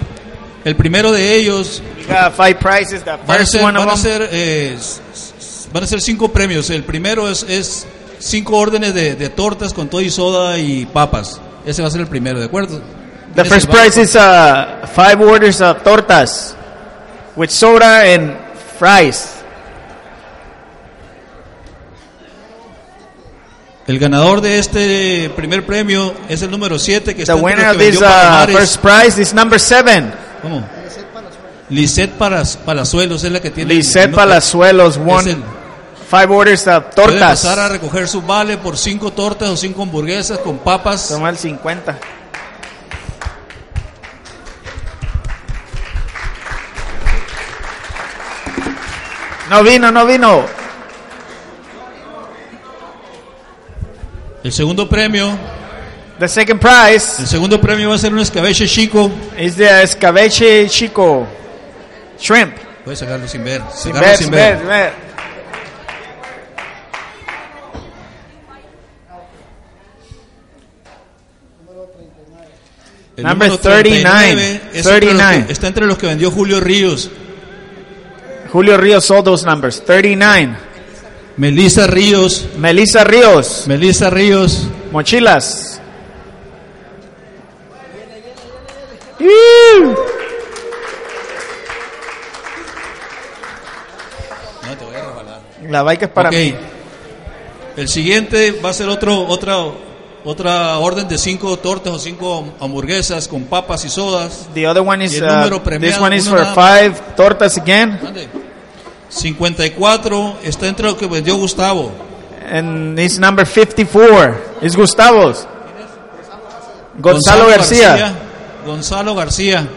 H: El primero de ellos
B: We got five prizes. The
H: Van a
B: first
H: ser,
B: one
H: van a
B: of them.
H: ser, eh, s- s- van a ser cinco premios. El primero es, es cinco órdenes de, de tortas con todo y soda y papas. Ese va a ser el primero, ¿de acuerdo?
B: The
H: ¿Tienes
B: first
H: el banco?
B: prize is uh, five orders of tortas with soda and fries.
H: El ganador de este primer premio es el número 7 que está
B: The
H: entre
B: winner
H: los
B: of
H: que
B: this
H: vendió
B: uh,
H: Palomares.
B: first prize is number seven.
H: ¿Cómo? Lisette Paras- Palazuelos es la que tiene. el-
B: Lisette
H: no,
B: Palazuelos
H: es
B: won
H: el-
B: five orders of
H: Puede pasar a
B: tortas.
H: recoger su vale por cinco tortas o cinco hamburguesas con papas.
B: Toma el 50. No vino, no vino.
H: El segundo premio,
B: The second prize
H: el segundo premio va a ser un escabeche chico
B: is the escabeche chico shrimp.
H: Puedes sacarlo sin ver.
B: Sin
H: sacarlo
B: ver,
H: sin
B: sin
H: ver.
B: ver, sin ver.
H: El
B: Number
H: número
B: 39,
H: es entre los que-
B: 39.
H: está entre los que vendió Julio Ríos.
B: Julio Rios sold those numbers. 39.
H: Melissa Ríos.
B: Melissa Rios.
H: Melissa Ríos.
B: Mochilas.
H: No, te voy a regalar.
B: La bike es para
H: ok.
B: mí.
H: El siguiente va a ser otro, otra, otra orden de cinco tortas o cinco hamburguesas con papas y sodas.
B: The other one
H: Y
B: is
H: el
B: uh,
H: número premiado,
B: this one is
H: uno
B: for
H: nada
B: five tortas again,
H: Mande. 54 está entre lo que vendió Gustavo.
B: and it's number 54. It's Gustavo's. Gonzalo García.
H: Gonzalo García.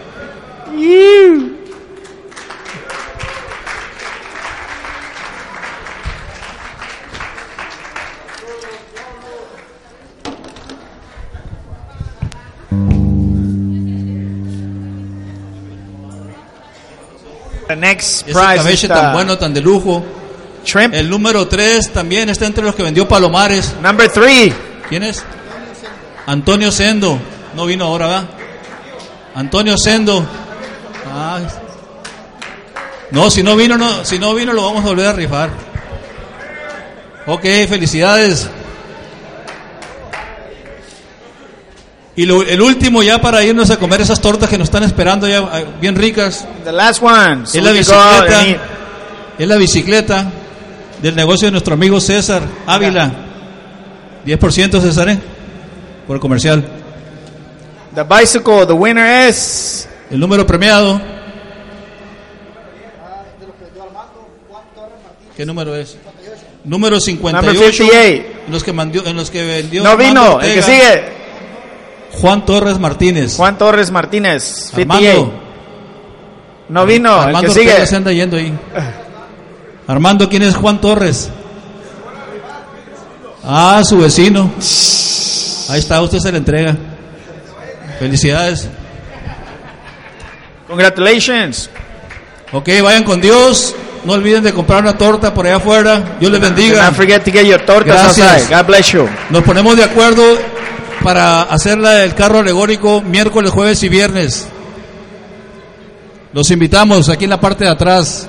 B: The next
H: Ese
B: prize is
H: cabeche tan
B: uh,
H: bueno, tan de lujo.
B: shrimp.
H: El número 3 también está entre los que vendió Palomares.
B: Number three.
H: ¿Quién es? Antonio Sendo. No vino ahora, ¿verdad? Antonio Sendo. Ah. No, si no vino, no, si no vino lo vamos a volver a rifar. Ok, felicidades. Y lo- el último ya para irnos a comer esas tortas que nos están esperando ya ah, bien ricas.
B: The last one. So
H: Es la
B: we go out
H: bicicleta.
B: and eat.
H: Es la bicicleta del negocio de nuestro amigo César Ávila. 10% César, ¿eh? Por comercial.
B: The bicycle. The winner is
H: El número premiado. ¿Qué número es? Número
B: number
H: 58.
B: 58.
H: En los que, mandió- en los que vendió
B: No
H: Armando
B: vino. El que
H: Ortega,
B: sigue.
H: Juan Torres Martínez.
B: Juan Torres Martínez. 58.
H: Armando,
B: No vino. El
H: Ah, Armando
B: que
H: Ortega se
B: sigue.
H: anda yendo ahí. Armando, ¿quién es Juan Torres? Ah, su vecino. Ahí está, usted se le entrega. Felicidades.
B: Congratulations.
H: Ok, vayan con Dios. No olviden de comprar una torta por allá afuera. Dios les
B: Do
H: bendiga.
B: not forget to get your tortas
H: Gracias.
B: outside. God bless you.
H: Nos ponemos de acuerdo para hacerla del carro alegórico miércoles, jueves y viernes. Los invitamos aquí en la parte de atrás.